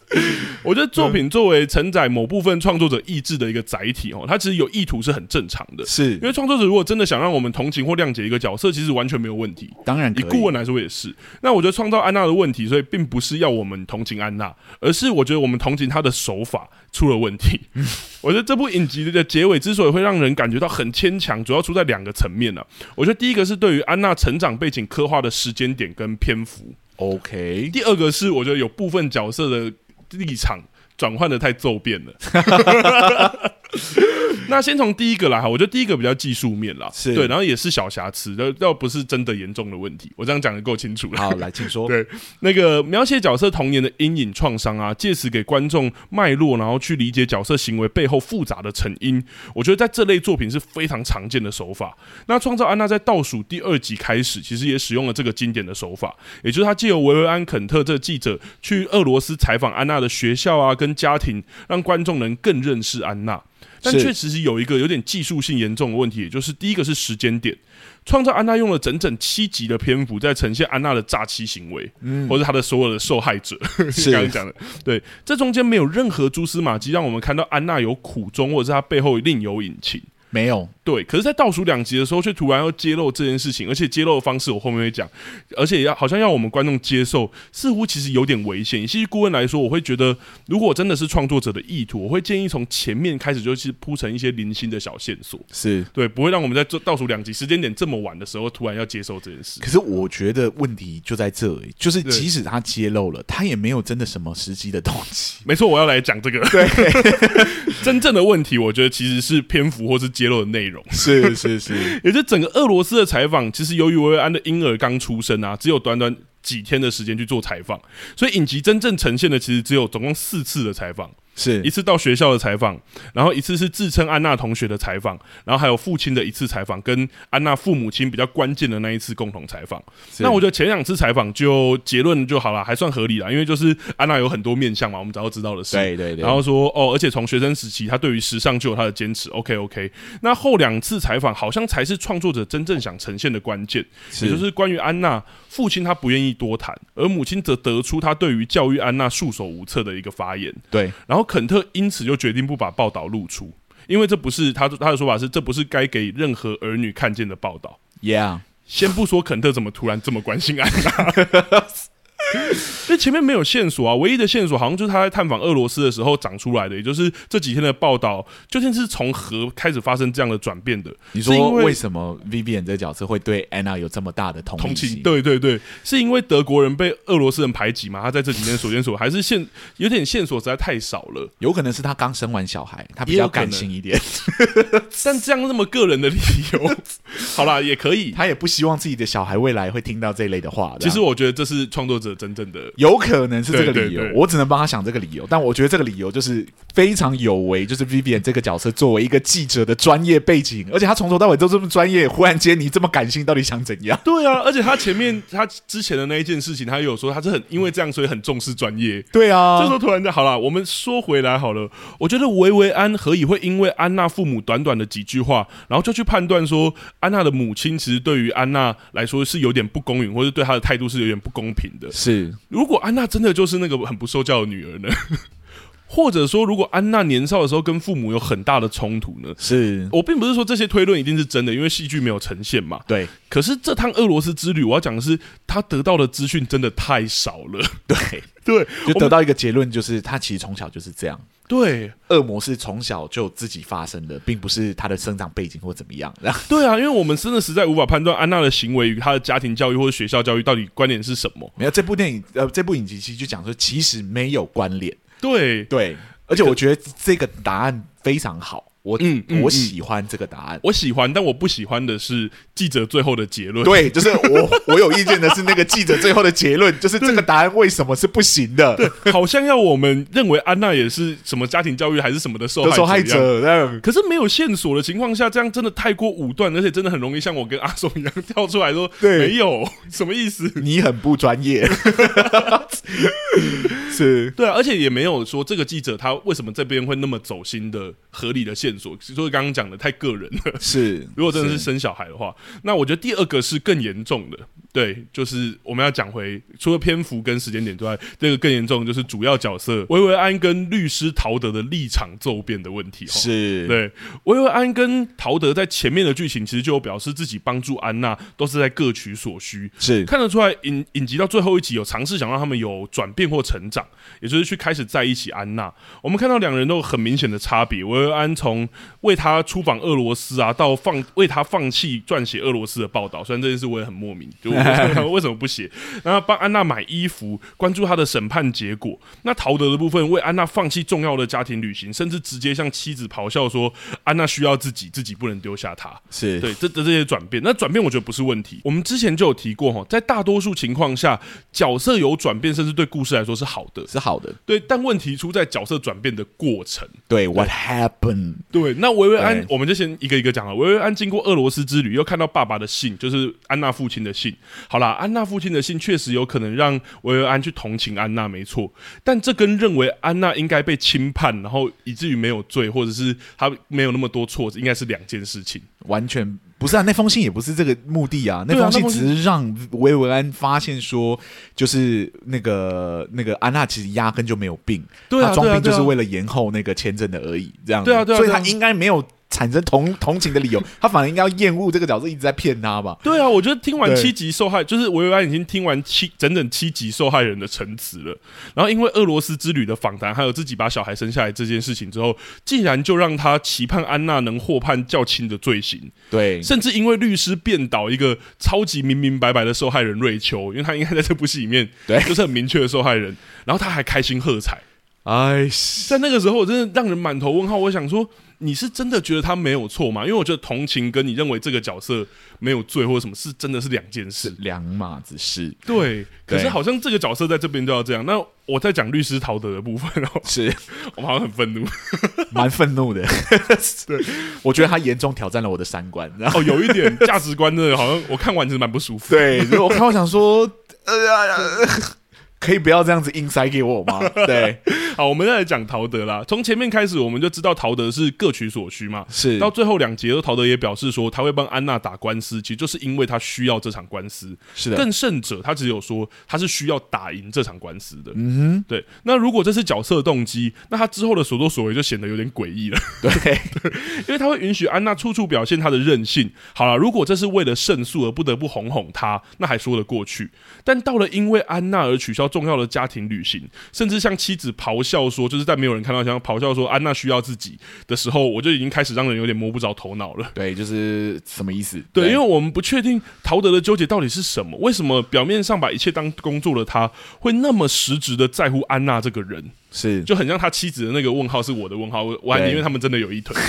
我觉得作品作为承载某部分创作者意志的一个载体哦，它其实有意图是很正常的。是因，为创作者如果真的想让我们同情或谅解一个角色，其实完全没有问题。当然可以以。顾问来说也是。那我觉得创造安娜的问题，所以并不是要我们同情安娜，而是我觉得我们同情她的手法出了问 题。我觉得这部影集的结尾之所以会让人感觉到很牵强，主要出在两个层面呢、啊我觉得第一个是对于安娜成长背景刻画的时间点跟篇幅， OK，第二个是我觉得有部分角色的立场转换的太骤变了。那先从第一个来哈，我觉得第一个比较技术面啦，是对，然后也是小瑕疵，但倒不是真的严重的问题。我这样讲的够清楚了。好，来，请说。对那个描写角色童年的阴影创伤啊，借此给观众脉络，然后去理解角色行为背后复杂的成因。我觉得在这类作品是非常常见的手法。那创造安娜在倒数第二集开始，其实也使用了这个经典的手法，也就是他借由维维安肯特这个记者去俄罗斯采访安娜的学校啊跟家庭，让观众能更认识安娜。但是确实是有一个有点技术性严重的问题，也就是第一个是时间点。创造安娜用了整整七集的篇幅在呈现安娜的诈欺行为，或者她的所有的受害者。是刚刚讲的，对，这中间没有任何蛛丝马迹让我们看到安娜有苦衷，或者是她背后另有隐情。没有，对，可是，在倒数两集的时候，却突然要揭露这件事情，而且揭露的方式我后面会讲，而且要好像要我们观众接受，似乎其实有点危险。以戏剧顾问来说，我会觉得，如果真的是创作者的意图，我会建议从前面开始就是铺成一些零星的小线索，是。对，不会让我们在这倒数两集时间点这么晚的时候，突然要接受这件事。可是我觉得问题就在这里，就是对即使他揭露了，他也没有真的什么实际的动机。没错，我要来讲这个。对， 真正的问题，我觉得其实是篇幅或是揭露的内容。是是是，也就是整个俄罗斯的采访，其实由于维维安的婴儿刚出生啊，只有短短几天的时间去做采访，所以影集真正呈现的其实只有总共四次的采访，一 是次到学校的采访，然后一次是自称安娜同学的采访，然后还有父亲的一次采访，跟安娜父母亲比较关键的那一次共同采访。那我觉得前两次采访就结论就好了，还算合理啦，因为就是安娜有很多面向嘛，我们早就知道的事。对对对，然后说哦，而且从学生时期，他对于时尚就有他的坚持。OK OK，那后两次采访好像才是创作者真正想呈现的关键，也就是关于安娜父亲他不愿意多谈，而母亲则得出他对于教育安娜束手无策的一个发言。对然后肯特因此就决定不把报道露出，因为这不是他他的说法是这不是该给任何儿女看见的报道。 ，Yeah，先不说肯特怎么突然这么关心安娜， 因为前面没有线索啊，唯一的线索好像就是他在探访俄罗斯的时候长出来的，也就是这几天的报道，究竟是从何开始发生这样的转变的？你是因说为为什么 Vivian 这个角色会对 Anna 有这么大的同同理情，心？对对对，是因为德国人被俄罗斯人排挤嘛？他在这几天所见所闻还是线有点线索实在太少了，有可能是他刚生完小孩，他比也有较可能感性一点，但这样那么个人的理 由，好啦，也可以。他也不希望自己的小孩未来会听到这类的话。其实我我觉得这是创作者真正的有可能是这个对理由，对对我只能帮他想这个理由，但我觉得这个理由就是非常有违，就是 Vivian 这个角色作为一个记者的专业背景，而且他从头到尾都这么专业，忽然间你这么感性，到底想怎 样？对啊，而且他前面他之前的那一件事情，他有说他是很因为这样，所以很重视专业。对这时啊，候突然间好了，我们说回来好了，我觉得维维安何以会因为安娜父母短短的几句话，然后就去判断说安娜的母亲其实对于安娜来说是有点不公允，或者对她的态度是有点不公平的。是如果安娜真的就是那个很不受教的女儿呢？ 或者说，如果安娜年少的时候跟父母有很大的冲突呢？是，我并不是说这些推论一定是真的，因为戏剧没有呈现嘛。对可是这趟俄罗斯之旅，我要讲的是，他得到的资讯真的太少了。对， 对就我得们到一个结论，就是他其实从小就是这样。对恶魔是从小就自己发生的，并不是他的生长背景或怎么样。 然后对啊，因为我们真的实在无法判断安娜的行为与她的家庭教育或者学校教育到底关联是什么。没有这部电影，呃，这部影集其实就讲说，其实没有关联。对，对，而且我觉得这个答案非常好，我、嗯嗯嗯我喜欢这个答案。我喜欢，但我不喜欢的是记者最后的结论。 对，就是我我有意见的是那个记者最后的结论，就是这个答案为什么是不行的？好像要我们认为安娜也是什么家庭教育还是什么的受害的受害一样。者这样。可是没有线索的情况下，这样真的太过武断，而且真的很容易像我跟阿松一样 跳出来说对没有什么意思。你很不专业，是对啊，而且也没有说这个记者他为什么这边会那么走心的合理的线索，所以刚刚讲的太个人了。 是，如果真的是生小孩的话，那我觉得第二个是更严重的，对，就是我们要讲回除了篇幅跟时间点之外，第二个更严重的就是主要角色维维安跟律师陶德的立场骤变的问题。吼是，对，维维安跟陶德在前面的剧情其实就有表示自己帮助安娜都是在各取所需，是看得出来影影集到最后一集有尝试想让他们有转变变或成长，也就是去开始在一起安娜。我们看到两人都有很明显的差别。维尔安从为他出访俄罗斯啊，到放为他放弃撰写俄罗斯的报道，虽然这件事我也很莫名，就我为什么不 写？然后帮安娜买衣服，关注她的审判结果。那陶德的部分为安娜放弃重要的家庭旅行，甚至直接向妻子咆哮说：“安娜需要自己，自己不能丢下她。”是对，这这这些转变，那转变我觉得不是问题。我们之前就有提过哈，在大多数情况下，角色有转变，甚至对故事来说是好的。是好的。对，但问题出在角色转变的过程。对，What happened？对，那维维安对，我们就先一个一个讲了。维维安经过俄罗斯之旅，又看到爸爸的信，就是安娜父亲的信。好啦，安娜父亲的信确实有可能让维维安去同情安娜，没错。但这跟认为安娜应该被轻判，然后以至于没有罪，或者是她没有那么多错，应该是两件事情。完全不是啊，那封信也不是这个目的啊，那对啊封信那封信只是让维维安发现说，就是那个那个安娜其实压根就没有病，对啊她装对啊病就是对啊为了延后那个签证的而已，这样子对啊对啊所以对啊她应该没有产生同同情的理由， 她反而应该要厌恶这个角色一直在骗她吧。对啊，我觉得听完对七集受害，就是维维安已经听完七整整七集受害人的陈词了。然后因为俄罗斯之旅的访谈，还有自己把小孩生下来这件事情之后，竟然就让他期盼安娜能获判较轻的罪行，对，甚至因为律师辩倒一个超级明明白白的受害人瑞秋，因为他应该在这部戏里面对就是很明确的受害人，然后他还开心喝彩。哎，在那个时候，我真的让人满头问号。我想说，你是真的觉得他没有错吗？因为我觉得同情跟你认为这个角色没有罪或者什么是真的是两件事。两码子事对，可是对好像这个角色在这边就要这样。那我在讲律师陶德的部分， 然后是我好像很 愤怒。蛮愤怒的， 对，我觉得他严重挑战了我的三观，然后。哦，有一点价值观真的，好像我看完其实蛮不舒服。 对，如果我看我想说，呃，呃 可以不要这样子硬塞给我 吗？对，好，我们再来讲陶德啦。从前面开始，我们就知道陶德是各取所需嘛。是到最后两节，陶德也表示说他会帮安娜打官司，其实就是因为他需要这场官司。是的，更甚者，他只有说他是需要打赢这场官司的。嗯，对。那如果这是角色动机，那他之后的所作所为就显得有点诡异了， 对，因为他会允许安娜处处表现她的任性。好了，如果这是为了胜诉而不得不哄哄她，那还说得过去。但到了因为安娜而取消重要的家庭旅行，甚至向妻子咆哮说，就是在没有人看到像咆哮说安娜需要自己的时候，我就已经开始让人有点摸不着头脑了。对，就是什么意思？对，因为我们不确定陶德的纠结到底是什么，为什么表面上把一切当工作的他，会那么实质的在乎安娜这个人，是就很像他妻子的那个问号是我的问号，我我还对宁愿他们真的有一腿，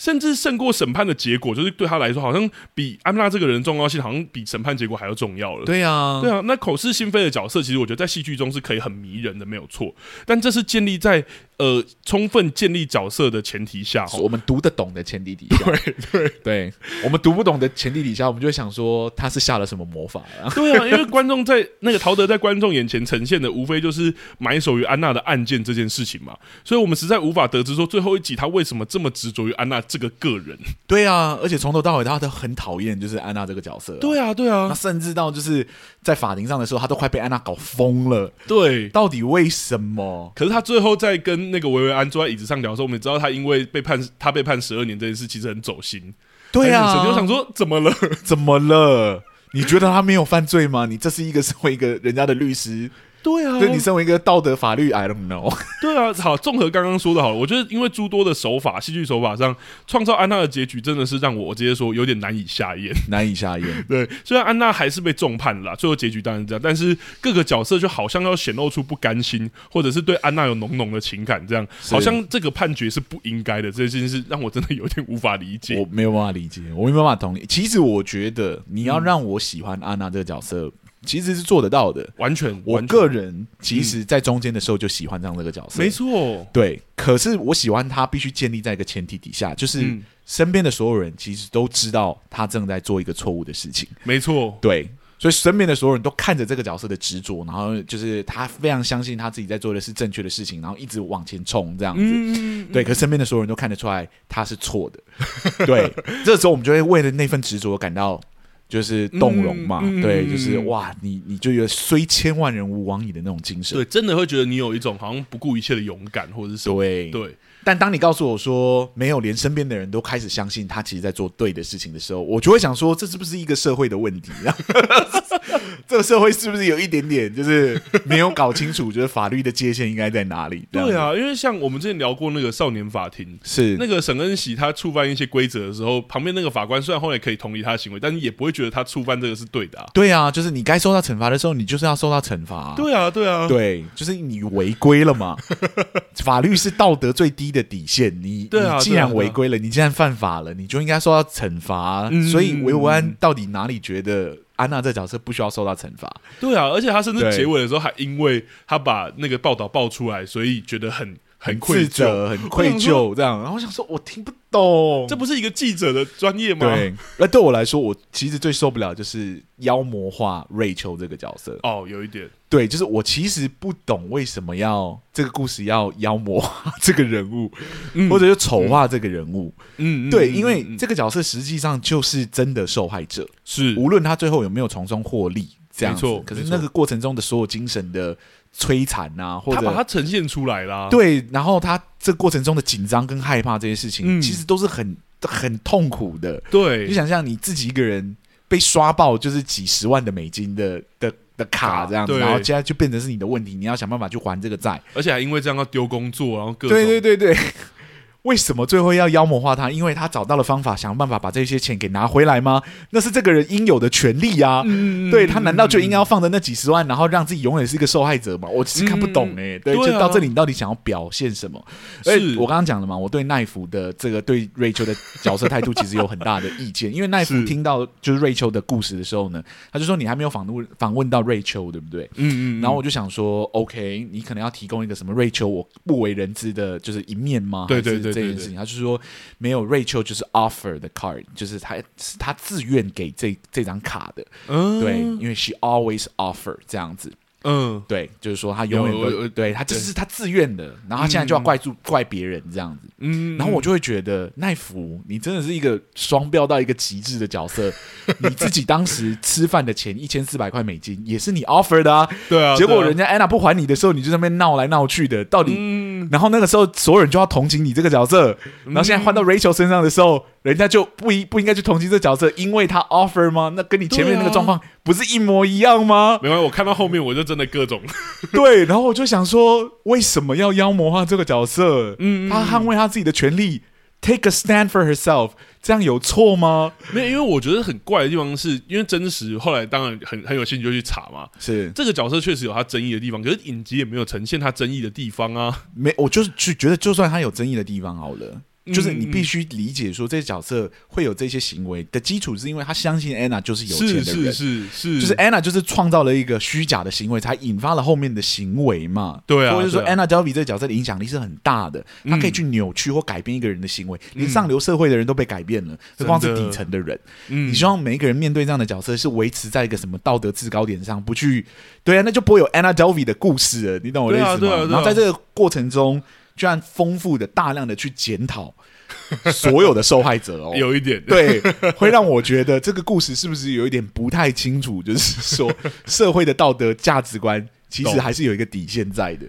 甚至胜过审判的结果，就是对他来说，好像比安娜这个人重要性，好像比审判结果还要重要了。对啊，对啊，那口是心非的角色，其实我觉得在戏剧中是可以很迷人的，没有错。但这是建立在呃充分建立角色的前提下，吼我们读得懂的前提底下，对对对，我们读不懂的前提底下，我们就会想说他是下了什么魔法啊？对啊，因为观众在那个陶德在观众眼前呈现的，无非就是埋首于安娜的案件这件事情嘛，所以我们实在无法得知说最后一集他为什么这么执着于安娜这个个人。 对啊，而且从头到尾他都很讨厌就是安娜这个角色、啊，对啊，对那啊，甚至到就是在法庭上的时候，他都快被安娜搞疯了，对。啊到底为什么？可是他最后在跟那个维维安坐在椅子上聊的时候，我们也知道他因为被判他被判十二年这件事其实很走心。对还啊，很神经我想说怎么了？怎么了？你觉得他没有犯罪吗？你这是一个身为一个人家的律师，对 啊对你身为一个道德法律，I don't know。对啊，好，综合刚刚说的好了，我觉得因为诸多的手法，戏剧手法上创造安娜的结局，真的是让我我直接说有点 难以下咽。难以下咽。对，虽然安娜还是被重判了啦，最后结局当然是这样，但是各个角色就好像要显露出不甘心，或者是对安娜有浓浓的情感，这样好像这个判决是不应该的，这件事让我真的有点无法理解 我。没有办法理解，我没有办法同意。其实我觉得你要让我喜欢安娜这个角色，其实是做得到的。完全，我完全个人其实，在中间的时候就喜欢上这个角色，没。错，对，可是我喜欢他必须建立在一个前提底下，就是嗯身边的所有人其实都知道他正在做一个错误的事情。没错，对，所以身边的所有人都看着这个角色的执着，然后就是他非常相信他自己在做的是正确的事情，然后一直往前冲这样子。嗯，对，可身边的所有 人都看得出来他是错的。对，这时候我们就会为了那份执着感到就是动容嘛，嗯嗯对，嗯就是嗯哇，你你就有虽千万人吾往矣的那种精神对，。真的会觉得你有一种好像不顾一切的勇敢，或者是什么。对，对， 但当你告诉我说没有，连身边的人都开始相信他其实在做对的事情的时候，我就会想说，这是不是一个社会的问题啊？这个社会是不是有一点点就是没有搞清楚，就是法律的界限应该在哪里？这对样子，啊，因为像我们之前聊过那个少年法庭，是那个沈恩喜他触犯一些规则的时候，旁边那个法官虽然后来可以同理他的行为，但是也不会觉得他触犯这个是对的啊。对啊，就是你该受到惩罚的时候，你就是要受到惩罚啊、对啊，对 啊，对，就是你违规了 嘛。法律是道德最低的底线，你对啊你既对啊然违规了，你既然犯法了，你就应该受到惩罚。啊嗯所以维维安到底哪里觉得安娜这角色不需要受到惩罚？对啊，而且他甚至对结尾的时候还因为他把那个报道爆出来，所以觉得很很愧自疚。责，很愧疚这样。然后我想说，我听不懂，这不是一个记者的专业吗？对。那对我来说，我其实最受不了就是妖魔化瑞秋这个角色。哦，有一点，对，就是我其实不懂为什么要这个故事要妖魔化这个人物，嗯或者就丑化这个人物。嗯，嗯对，嗯因为嗯嗯这个角色实际上就是真的受害者，是无论他最后有没有从中获利，这样子嗯没错可是没错那个过程中的所有精神的摧残啊，或他把它者呈现出来啦。对，然后他这过程中的紧张跟害怕这些事情，嗯其实都是很很痛苦的。你对，想象你自己一个人被刷爆，就是几十万的美金的的的卡这样子，对然后现在就变成是你的问题，你要想办法去还这个债。而且还因为这样要丢工作，然后各种对对对对， 为什么最后要妖魔化他？因为他找到了方法，想办法把这些钱给拿回来吗？那是这个人应有的权利啊。嗯对他难道就应该要放着那几十万，然后让自己永远是一个受害者吗？我其实看不懂哎、对，对啊就到这里，你到底想要表现什么？是所以我刚刚讲了嘛，我对奈夫的这个对瑞秋的角色态度其实有很大的意见，因为奈夫是听到就是瑞秋的故事的时候呢，他就说你还没有访问访问到瑞秋，对不对？嗯嗯，然后我就想说，OK，你可能要提供一个什么瑞秋我不为人知的，就是一面吗？对对还是对对这件事情，他就说没有瑞秋就是 offer 的 card，就是他是他自愿给这这张卡的，嗯对，因为 she always offer 这样子，嗯对，就是说他永远有我都对他这是他自愿的，然后他现在就要怪住怪别人这样子，嗯，然后我就会觉得奈福，你真的是一个双标到一个极致的角色。你自己当时吃饭的钱一千四百块美金也是你 offer 的啊，对啊，结果对啊人家安娜不还你的时候，你就在那边闹来闹去的，到底。嗯然后那个时候，所有人就要同情你这个角色。然后现在换到 Rachel 身上的时候，人家就不一不应该去同情这角色，因为他 offer 吗？那跟你前面那个状啊况不是一模一样吗？ 没关系，我看到后面我就真的各种 对。然后我就想说，为什么要妖魔化这个角色？嗯他捍卫他自己的权利，take a stand for herself，这样有错吗？没有，因为我觉得很怪的地方是，因为真实后来当然很很有兴趣就去查嘛。是这个角色确实有他争议的地方，可是影集也没有呈现他争议的地方啊。没，我就是就觉得，就算他有争议的地方好了，嗯就是你必须理解说，这个角色会有这些行为的基础，是因为他相信 Anna 就是 有是钱的是人，是是，就是哎 Anna 就是创造了一个虚假的行为，才引发了后面的行为嘛。对啊嗯或者是说对 Anna Delvey 这个角色的影响力是很大的，他可以去扭曲或改变一个人的行为，连上流社会的人都被改变了，何况是嗯真的底层的人。嗯你希望每一个人面对这样的角色是维持在一个什么道德制高点上，不去对啊，那就不会有 Anna Delvey 的故事了，你懂我的意思吗？对啊对啊对啊然后在这个过程中，居然丰富的、大量的去检讨所有的受害者哦。 有一点，对，会让我觉得这个故事是不是有一点不太清楚？就是说，社会的道德价值观其实懂还是有一个底线在的。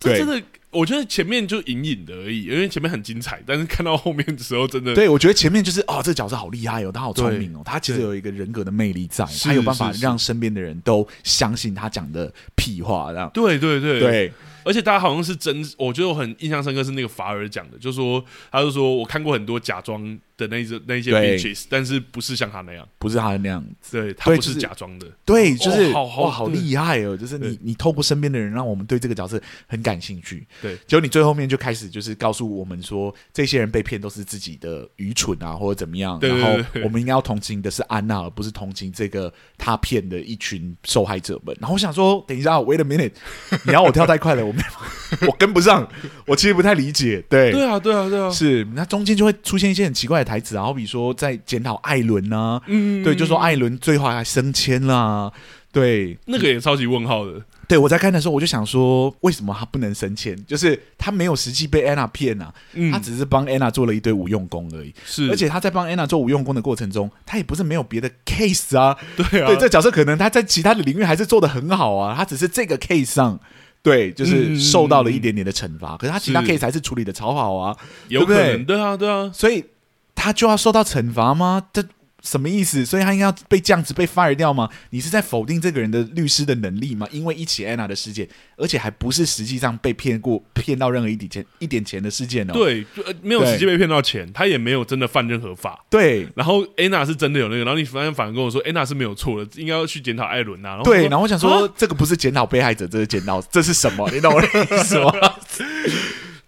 这对真的，我觉得前面就隐隐的而已，因为前面很精彩，但是看到后面的时候，真的对，我觉得前面就是哦，这个角色好厉害哦，他好聪对明哦，他其实对有一个人格的魅力在，是他有办法是是让身边的人都相信他讲的屁话，这样对对对，对而且大家好像是真，我觉得我很印象深刻是那个法尔讲的，就说他就说我看过很多假装的那一种那一些对 bitches，但是不是像他那样，不是他那样。对他对不是就是假装的，对，就是、哦好好哇，好厉害哦！就是你对，你透过身边的人，让我们对这个角色很感兴趣。对结果你最后面就开始就是告诉我们说，这些人被骗都是自己的愚蠢啊，或者怎么样。对对然对后对我们应该要同情的是安娜，而不是同情这个他骗的一群受害者们。然后我想说，等一下，wait a minute，你要我跳太快了，我没，我跟不上，我其实不太理解。对，对啊对啊对啊，是那中间就会出现一些很奇怪的台词啊，好比说在检讨艾伦呐、啊，嗯啊对，就说艾伦最后还升迁啦、对，那个也超级问号的，对我在看的时候，我就想说，为什么他不能升迁？就是他没有实际被安娜骗啊，嗯他只是帮安娜做了一堆无用功而已。是，而且他在帮安娜做无用功的过程中，他也不是没有别的 case 啊。对啊，对，这角色可能他在其他的领域还是做得很好啊，他只是这个 case 上。对，就嗯嗯嗯是受到了一点点的惩罚，可是他其他是 case 还是处理的超好啊，有可对能，不对啊，对啊，所以他就要受到惩罚吗？这什么意思？所以他应该要被这样子被 fire 掉吗？你是在否定这个人的律师的能力吗？因为一起 Anna 的事件，而且还不是实际上被骗过、骗到任何一点钱、一点钱的事件哦。对，就呃没有对实际被骗到钱，他也没有真的犯任何法。对然后 Anna 是真的有那个，然后你反正反而跟我说 Anna 是没有错的，应该要去检讨艾伦啊。然后对，我然后我想说说，这个不是检讨被害者，这是检讨，这是什么？你懂我的意 思吗？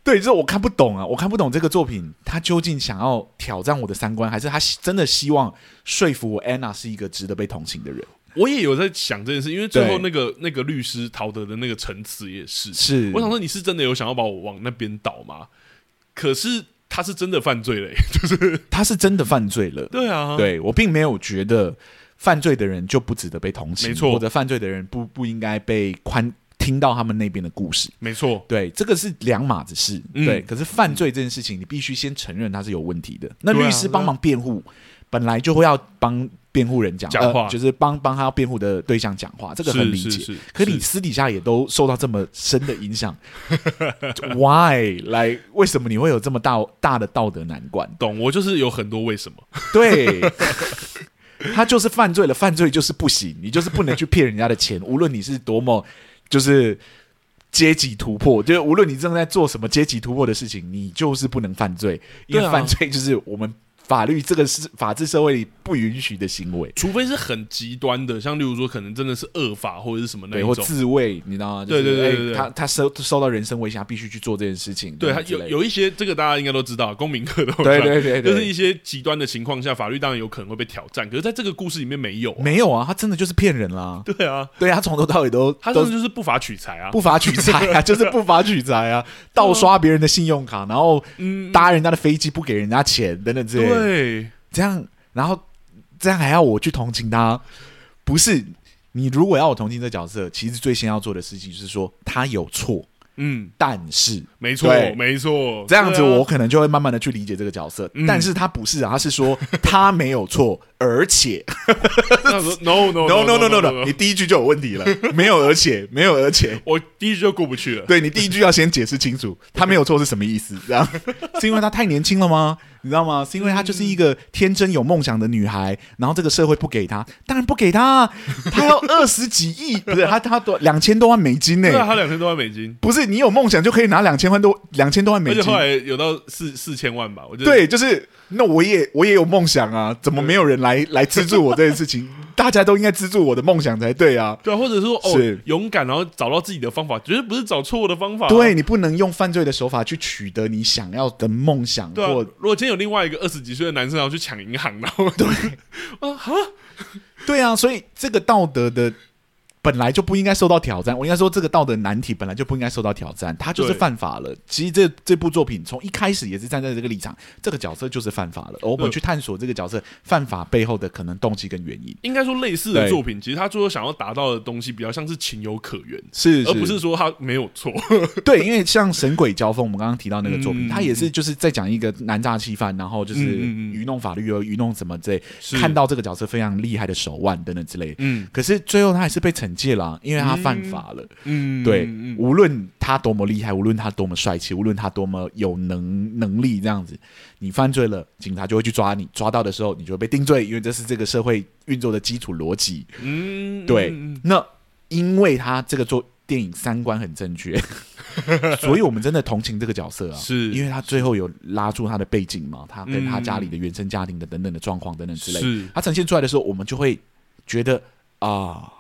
对，就是我看不懂啊，我看不懂这个作品，他究竟想要挑战我的三观，还是他真的希望说服我 Anna 是一个值得被同情的人？我也有在想这件事，因为最后那对个那个律师陶德的那个陈词也是，是，我想说你是真的有想要把我往那边倒吗？可是他是真的犯罪嘞、 就是他是真的犯罪了。对啊，对我并没有觉得犯罪的人就不值得被同情，没错或者犯罪的人不不应该被宽听到他们那边的故事。没错，对，这个是两码子事。嗯对，可是犯罪这件事情，你必须先承认他是有问题的。那对啊啊律师帮忙辩护，本来就会要帮辩护人讲讲话呃就是帮帮他要辩护的对象讲话，这个很理解。是是是可你是私底下也都受到这么深的影响 ，Why？来，为什么你会有这么大大的道德难关？懂我就是有很多为什么， 对，啊他就是犯罪了，犯罪就是不行，你就是不能去骗人家的钱，无论你是多么就是阶级突破，就是无论你正在做什么阶级突破的事情，你就是不能犯罪，因对为啊犯罪就是我们法律这个是法治社会里不允许的行为。除非是很极端的，像例如说可能真的是恶法或者是什么那对，一或种，自卫，你知道吗？就是对对对哎对对他他受受到人身威胁，他必须去做这件事情。对，这还样之有类的有一些这个大家应该都知道，公民课都有对上对对对就是一些极端的情况下，法律当然有可能会被挑战，可是在这个故事里面没有啊、没有啊？他真的就是骗人啦！对啊，对他从头到尾都他都真的就是不法取财 啊，不法取财啊，就是不法取财啊，盗刷别人的信用卡，然后嗯，搭人家的飞机不给人家钱等等之类的，对，这样，然后这样还要我去同情他？不是，你如果要我同情这角色，其实最先要做的事情就是说他有错，嗯，但是没错对，没错，这样子对啊我可能就会慢慢的去理解这个角色，嗯但是他不是啊，他是说他没有错，而且那时候 no no no no no no no，你第一句就有问题了，没有而且，没有而且，我第一句就过不去了。 对你第一句要先解释清楚，他没有错是什么意思？这样是因为他太年轻了吗？你知道吗？是因为她就是一个天真有梦想的女孩，然后这个社会不给她，当然不给她啊，她要二十几亿，不是她她多两千多万美金呢、对啊，他两千多万美金，不是你有梦想就可以拿两千万多两千多万美而且金后，来有到四四千万吧，我觉得对，就是那我也我也有梦想啊，怎么没有人来来资助我这件事情？ 大家都应该资助我的梦想才对啊。对啊，或者说哦是，勇敢，然后找到自己的方法，绝对不啊是找错误的方法。对你不能用犯罪的手法去取得你想要的梦想对啊，或如果今天有另外一个二十几岁的男生，然后去抢银行，然后对啊哈，对啊，所以这个道德的本来就不应该受到挑战。我应该说，这个道德难题本来就不应该受到挑战，他就是对犯法了。其实这这部作品从一开始也是站在这个立场，这个角色就是犯法了。而我们对去探索这个角色犯法背后的可能动机跟原因，应该说类似的对作品，其实他最后想要达到的东西比较像是情有可原，是而不是说他没有 错。对，因为像《神鬼交锋》，我们刚刚提到那个作嗯品，他也是就是在讲一个男诈欺犯，然后就是嗯嗯嗯愚弄法律又愚弄什么之类，是看到这个角色非常厉害的手腕等等之类。嗯可是最后他还是被惩戒了啊、因为他犯法了。嗯对，嗯无论他多么厉害，无论他多么帅气，无论他多么有能能力，这样子，你犯罪了，警察就会去抓你，抓到的时候你就会被定罪，因为这是这个社会运作的基础逻辑。嗯对，嗯嗯那因为他这个做电影三观很 正确，所以我们真的同情这个角色啊，嗯是因为他最后有拉住他的背景嘛，他跟他嗯家里的原生家庭的等等的状况等等之类的，是他呈现出来的时候，我们就会觉得啊。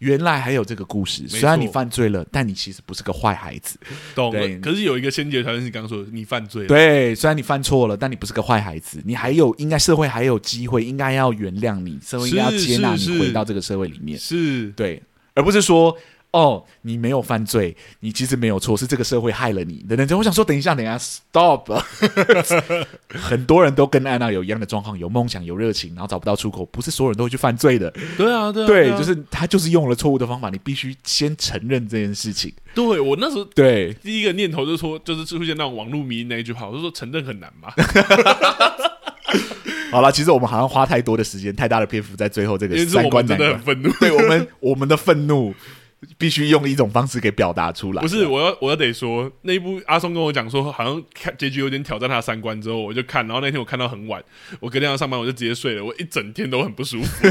原来还有这个故事，错虽然你犯罪了，但你其实不是个坏孩子。懂对了。可是有一个先决条件是你刚刚说的，你犯罪了。对，虽然你犯错了，但你不是个坏孩子，你还有应该社会还有机会，应该要原谅你，社会应该要接纳是是你是回到这个社会里面。是对，而不是说哦，你没有犯罪，你其实没有错，是这个社会害了你的那种。我想说，等一下，等一下，stop。很多人都跟安娜有一样的状况，有梦想，有热情，然后找不到出口，不是所有人都会去犯罪的。对啊，对啊，对，啊就是他就是用了错误的方法，你必须先承认这件事情。对我那时候。对，第一个念头就是说，就是出现那种网络迷那一句话，我就说承认很难 嘛，好了，其实我们好像花太多的时间，太大的篇幅在最后这因个为是三我观们难真的很关。愤怒。对我们， 我们的愤怒必须用一种方式给表达出来。不是，我要我要得说，那一部阿松跟我讲说，好像看结局有点挑战他的三观之后，我就看，然后那天我看到很晚，我隔天要上班，我就直接睡了，我一整天都很不舒服。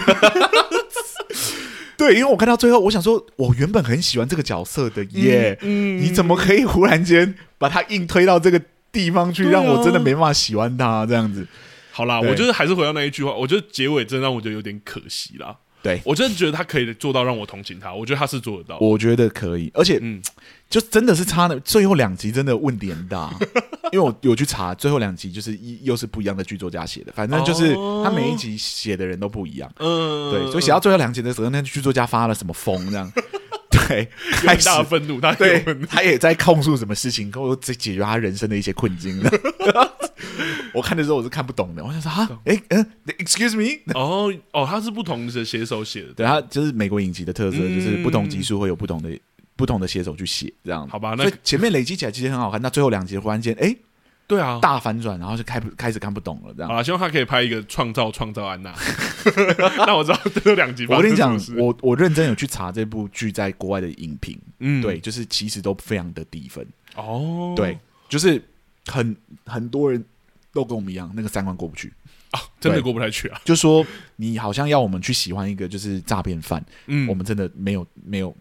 对，因为我看到最后，我想说，我原本很喜欢这个角色的耶，嗯你怎么可以忽然间把他硬推到这个地方去，对啊让我真的没办法喜欢他这样子？ 好啦，对我就是还是回到那一句话，我觉得结尾真的让我觉得有点可惜啦。对我真的觉得他可以做到让我同情他，我觉得他是做得到。我觉得可以，而且嗯，就真的是差的，最后两集真的问题 很大，因为我有去查，最后两集就是一又是不一样的剧作家写的，反正就是哦他每一集写的人都不一样。嗯，对，所以写到最后两集的时候，那剧作家发了什么疯 这样？对，有开很始大的愤怒，他有对愤怒，他也在控诉什么事情，跟我解解决他人生的一些困境。 我看的时候我是看不懂的，我想说啊，哎嗯，excuse me，哦哦，他是不同的写手写的，对他就是美国影集的特色，嗯就是不同集数会有不同的不同的写手去写这样。好吧那所以前面累积起来其实很好看，那最后两集忽然间哎对啊。大反转，然后就开不开始看不懂了这样好。啦，希望他可以拍一个创造创造 安娜，那我知道这两集发我生跟什你讲么事。，我我认真有去查这部剧在国外的影评，嗯对，就是其实都非常的低分，哦，对，就是很很多人都跟我们一样，那个三观过不去。啊，真的对过不太去啊。就说你好像要我们去喜欢一个就是诈骗犯，嗯我们真的没有没有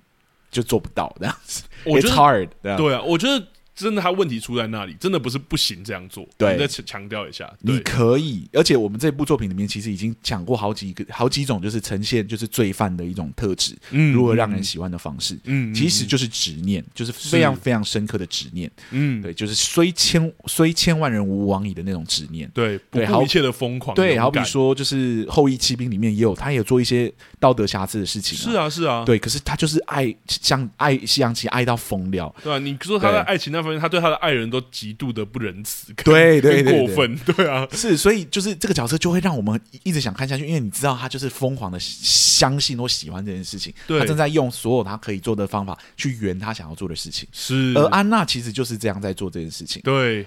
就做不到这样子。我觉 It's 得 hard，这样对啊，我觉得真的他问题出在那里，真的不是不行这样做。对你再强强调一下，你对，可以，而且我们这部作品里面其实已经讲过好几个、好几种，就是呈现就是罪犯的一种特质，嗯如何让人喜欢的方式，嗯，嗯其实就是执念，就是非常非常深刻的执念，嗯对，就是虽千虽千万人吾往矣的那种执念。对不对顾好一切的疯狂，对，哦勇好比敢说就是《后裔骑兵》里面也有，他也有做一些道德瑕疵的事情、是啊是啊，对，可是他就是爱像爱西洋棋爱到疯掉，对啊，你说他在对爱情那方面，他对他的爱人都极度的不仁慈，跟对对跟对过分，对啊，是，所以就是这个角色就会让我们一一直想看下去，因为你知道他就是疯狂的相信或喜欢这件事情，对他正在用所有他可以做的方法去圆他想要做的事情，是而安娜其实就是这样在做这件事情，对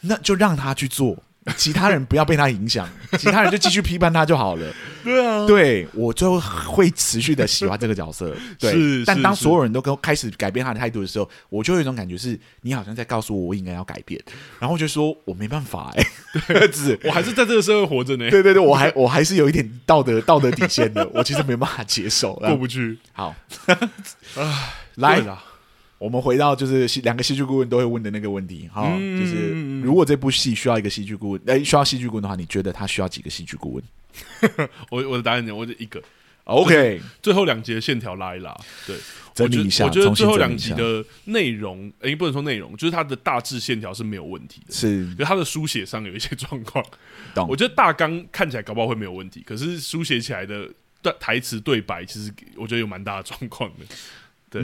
那就让他去做。其他人不要被他影响，其他人就继续批判他就好了。 对啊，对我最后会持续的喜欢这个角色。对是，但是当是所有人都跟开始改变他的态度的时候，我就有一种感觉是，你好像在告诉我我应该要改变，然后我就说我没办法哎、欸， 子，我还是在这个社会活着呢，对对对，我还我还是有一点道德道德底线的，我其实没办法接受。过不啊去， 好，对来，啦我们回到就是戏两个戏剧顾问都会问的那个问题哈，嗯就是如果这部戏需要一个戏剧顾问，呃，需要戏剧顾问的话，你觉得他需要几个戏剧顾问我我的答案讲，我就一个， ？OK，最后两集的线条拉一拉，对，整理一下我觉得我觉得重最新后整理两一集下的内容，诶、不能说内容，就是它的大致线条是没有问题的，是可是它的书写上有一些状况。懂我觉得大纲看起来搞不好会没有问题，可是书写起来的对台词对白，其实我觉得有蛮大的状况的。对，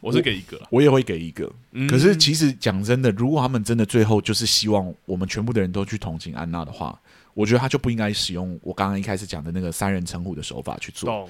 我是给一个啦。嗯我也会给一个。嗯可是其实讲真的，如果他们真的最后就是希望我们全部的人都去同情安娜的话，我觉得他就不应该使用我刚刚一开始讲的那个三人成虎的手法去做。懂，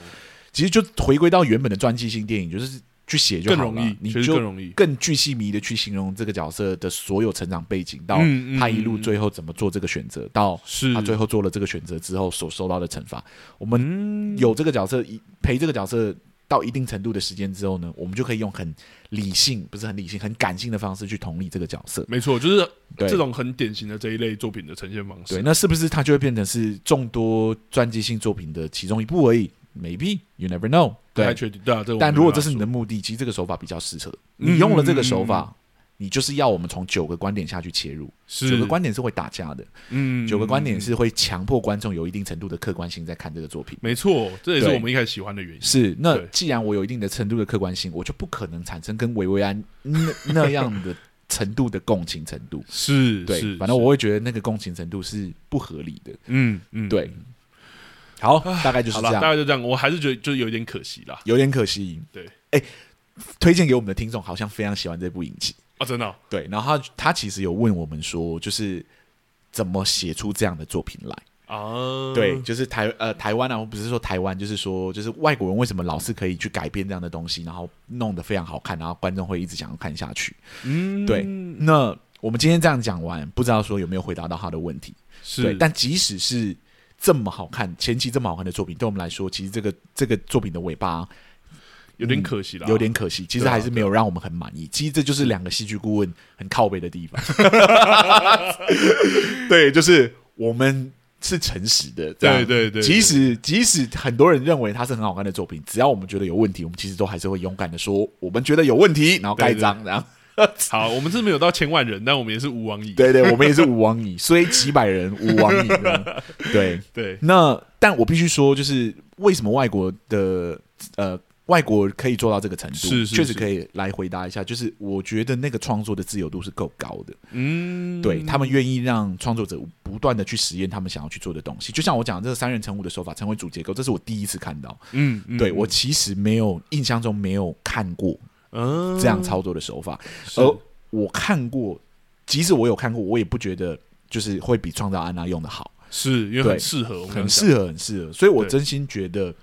其实就回归到原本的传记性电影，就是去写就更好了，容易，你确实更就容易。更具细迷的去形容这个角色的所有成长背景，到嗯嗯他一路嗯最后怎么做这个选择，到是他最后做了这个选择之后所受到的惩罚。我们嗯有这个角色一陪这个角色到一定程度的时间之后呢，我们就可以用很理性，不是很理性，很感性的方式去同理这个角色。没错，就是对这种很典型的这一类作品的呈现方对，式。那是不是他就会变成是众多传记性作品的其中一部而已？Maybe you never know。不太对，确定，对啊，这个我但没如果办法这是你说的目的，其实这个手法比较适合。嗯你用了这个手法，你就是要我们从九个观点下去切入。是九个，观点是会打架的，嗯九个观点，是会强迫观众有一定程度的客观性在看这个作品。没错，这也是对我们一开始喜欢的原因。是，那对既然我有一定的程度的客观性，我就不可能产生跟维维安那那样的程度的共情程度。是，对，是反正我会觉得那个共情程度是不合理的。嗯嗯，对，好，大概就是好这了，大样，概就这样。我还是觉得就是有点可惜啦。有点可惜。对，哎，推荐给我们的听众好像非常喜欢这部影集。啊，真的哦、对，然后他他其实有问我们说，就是怎么写出这样的作品来？啊，对，，就是台呃台湾啊，我不是说台湾，就是说就是外国人为什么老是可以去改编这样的东西，然后弄得非常好看，然后观众会一直想要看下去。嗯，对，那我们今天这样讲完，不知道说有没有回答到他的问题？对是，，但即使是这么好看，前期这么好看的作品，对我们来说，其实这个这个作品的尾巴有点可惜啦，嗯有点可惜，其啊实还是没有让我们很满意。其实这就是两个戏剧顾问很靠背的地 方。对，就是我们是诚实的，这样对对对对即使即使很多人认为它是很好看的作品，只要我们觉得有问题，我们其实都还是会勇敢的说我们觉得有问题，然后盖章这样。好，我们是没有到千万人，但我们也是无往矣。对对，我们也是吾往矣，虽几百人，吾往矣 这样。对，对，那但我必须说，就是为什么外国的呃外国可以做到这个程度，是是确实是可以来回答一下。就是我觉得那个创作的自由度是够高的，嗯，对他们愿意让创作者不断的去实验他们想要去做的东西。就像我讲的这个三人成虎的手法成为主结构，这是我第一次看到。嗯，嗯，对我其实没有印象中没有看过嗯，这样哦操作的手法，是而我看过，即使我有看过，我也不觉得就是会比创造安娜用的好。是因为对很适合我们，很，适合，很适合。所以我对真心觉得，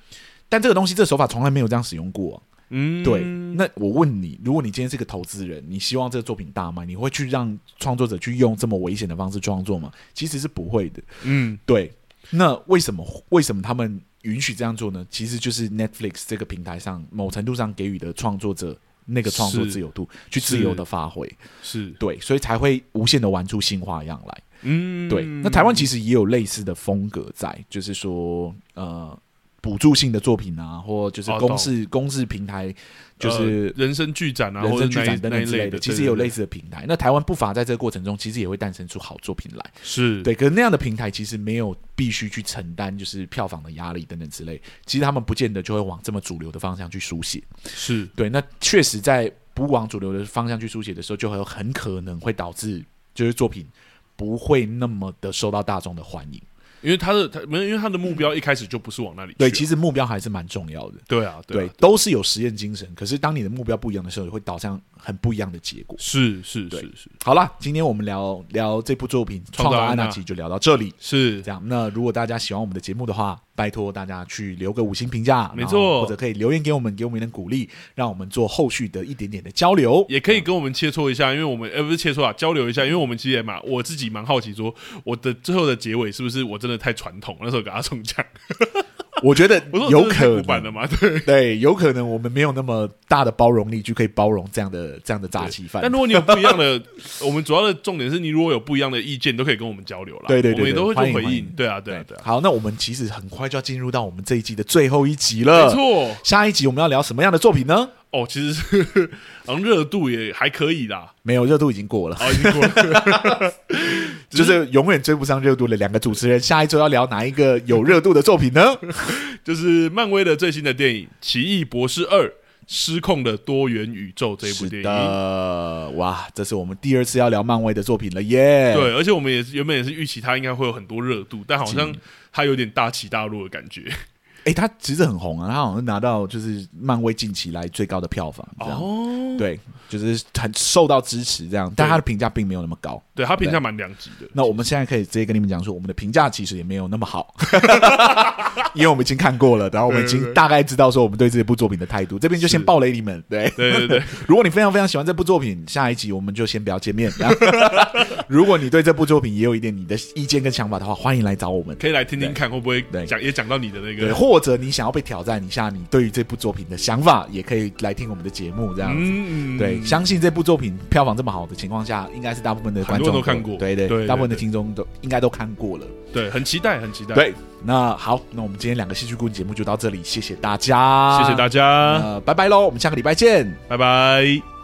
但这个东西，这个手法从来没有这样使用过啊、嗯，对，那我问你，如果你今天是个投资人，你希望这个作品大卖，你会去让创作者去用这么危险的方式创作吗？其实是不会的。嗯，对，那为什么为什么他们允许这样做呢？其实就是 Netflix 这个平台上某程度上给予的创作者。那个创作是自由度去自由是的发挥，是，对，所以才会无限的玩出新花样来。嗯，对，那台湾其实也有类似的风格在，就是说呃补助性的作品啊，或就是哦公懂式、公式平台，就呃是人生剧展啊，人或者生剧那一展等那等一之类的，其实也有类似，似的平台。那台湾不乏在这个过程中，其实也会诞生出好作品来。是，对，可是那样的平台其实没有必须去承担就是票房的压力等等之类，其实他们不见得就会往这么主流的方向去书写。是，对，那确实在不往主流的方向去书写的时候，就很有很可能会导致就是作品不会那么的受到大众的欢迎。因为他的他没有，因为他的目标一开始就不是往那里去啊，对，其实目标还是蛮重要的。对啊，对，啊，都是有实验精神，可是当你的目标不一样的时候，也会导向很不一样的结果。是是对是是好啦，今天我们聊聊这部作品《创创造造安安娜娜》集就聊到这里。是这，样，那如果大家喜欢我们的节目的话，拜托大家去留个五星评价，没然后错或者可以留言给我们，给我们一点鼓励，让我们做后续的一点点的交 流。也可以跟我们切磋一下，因为我们呃不是切磋啊，交流一下，因为我们其实也蛮我自己蛮好奇说，我的最后的结尾是不是我真的太传统？那时候给阿松 讲，我觉得我说我有真的太可古板能了，嘛， 对。对，有可能我们没有那么大的包容力，就可以包容这样的这样的诈欺犯但。如果你有不一样的，我们主要的重点是你如果有不一样的意见，都可以跟我们交流啦。对对对我们也都会对去欢回迎欢迎应。对啊，对啊，对啊，好，那我们其实很快就要进入到我们这一季的最后一集了。没哎错。下一集我们要聊什么样的作品呢？哦，其实是好像热度也还可以啦。没有热度已经过了，哦，已经过 了。就是永远追不上热度的两个主持人，下一周要聊哪一个有热度的作 品呢？就是漫威的最新的电影《奇异博士二：失控的多元宇宙》这一部是电影。的，哇，这是我们第二次要聊漫威的作品了耶！，对，而且我们也是原本也是预期它应该会有很多热度，但好像它有点大起大落的感觉。哎，他其实很红啊，他好像拿到就是漫威近期来最高的票房，这样、哦，对，就是很受到支持这样，但他的评价并没有那么高。 对，它评价蛮两极的。那我们现在可以直接跟你们讲说，我们的评价其实也没有那么好， 因为我们已经看过了，然后我们已对对经对大概知道说我们对这部作品的态度。这边就先是暴雷你们，对。对对 对，如果你非常非常喜欢这部作品，下一集我们就先不要见面。然后如果你对这部作品也有一点你的意见跟想法的话，欢迎来找我们。可以来听听看会不会对讲也讲到你的那对，个。或者你想要被挑战一下你对于这部作品的想法，也可以来听我们的节目这样子。嗯，嗯对，相信这部作品票房这么好的情况下，应该是大部分的观很众多人都看过对对，对对大部分的听众都应该都看过了。对，很期待，很期待。，对，那好，那我们今天两个戏剧顾问节目就到这里，谢谢大家，谢谢大家，家，呃，拜拜喽，我们下个礼拜见。拜拜。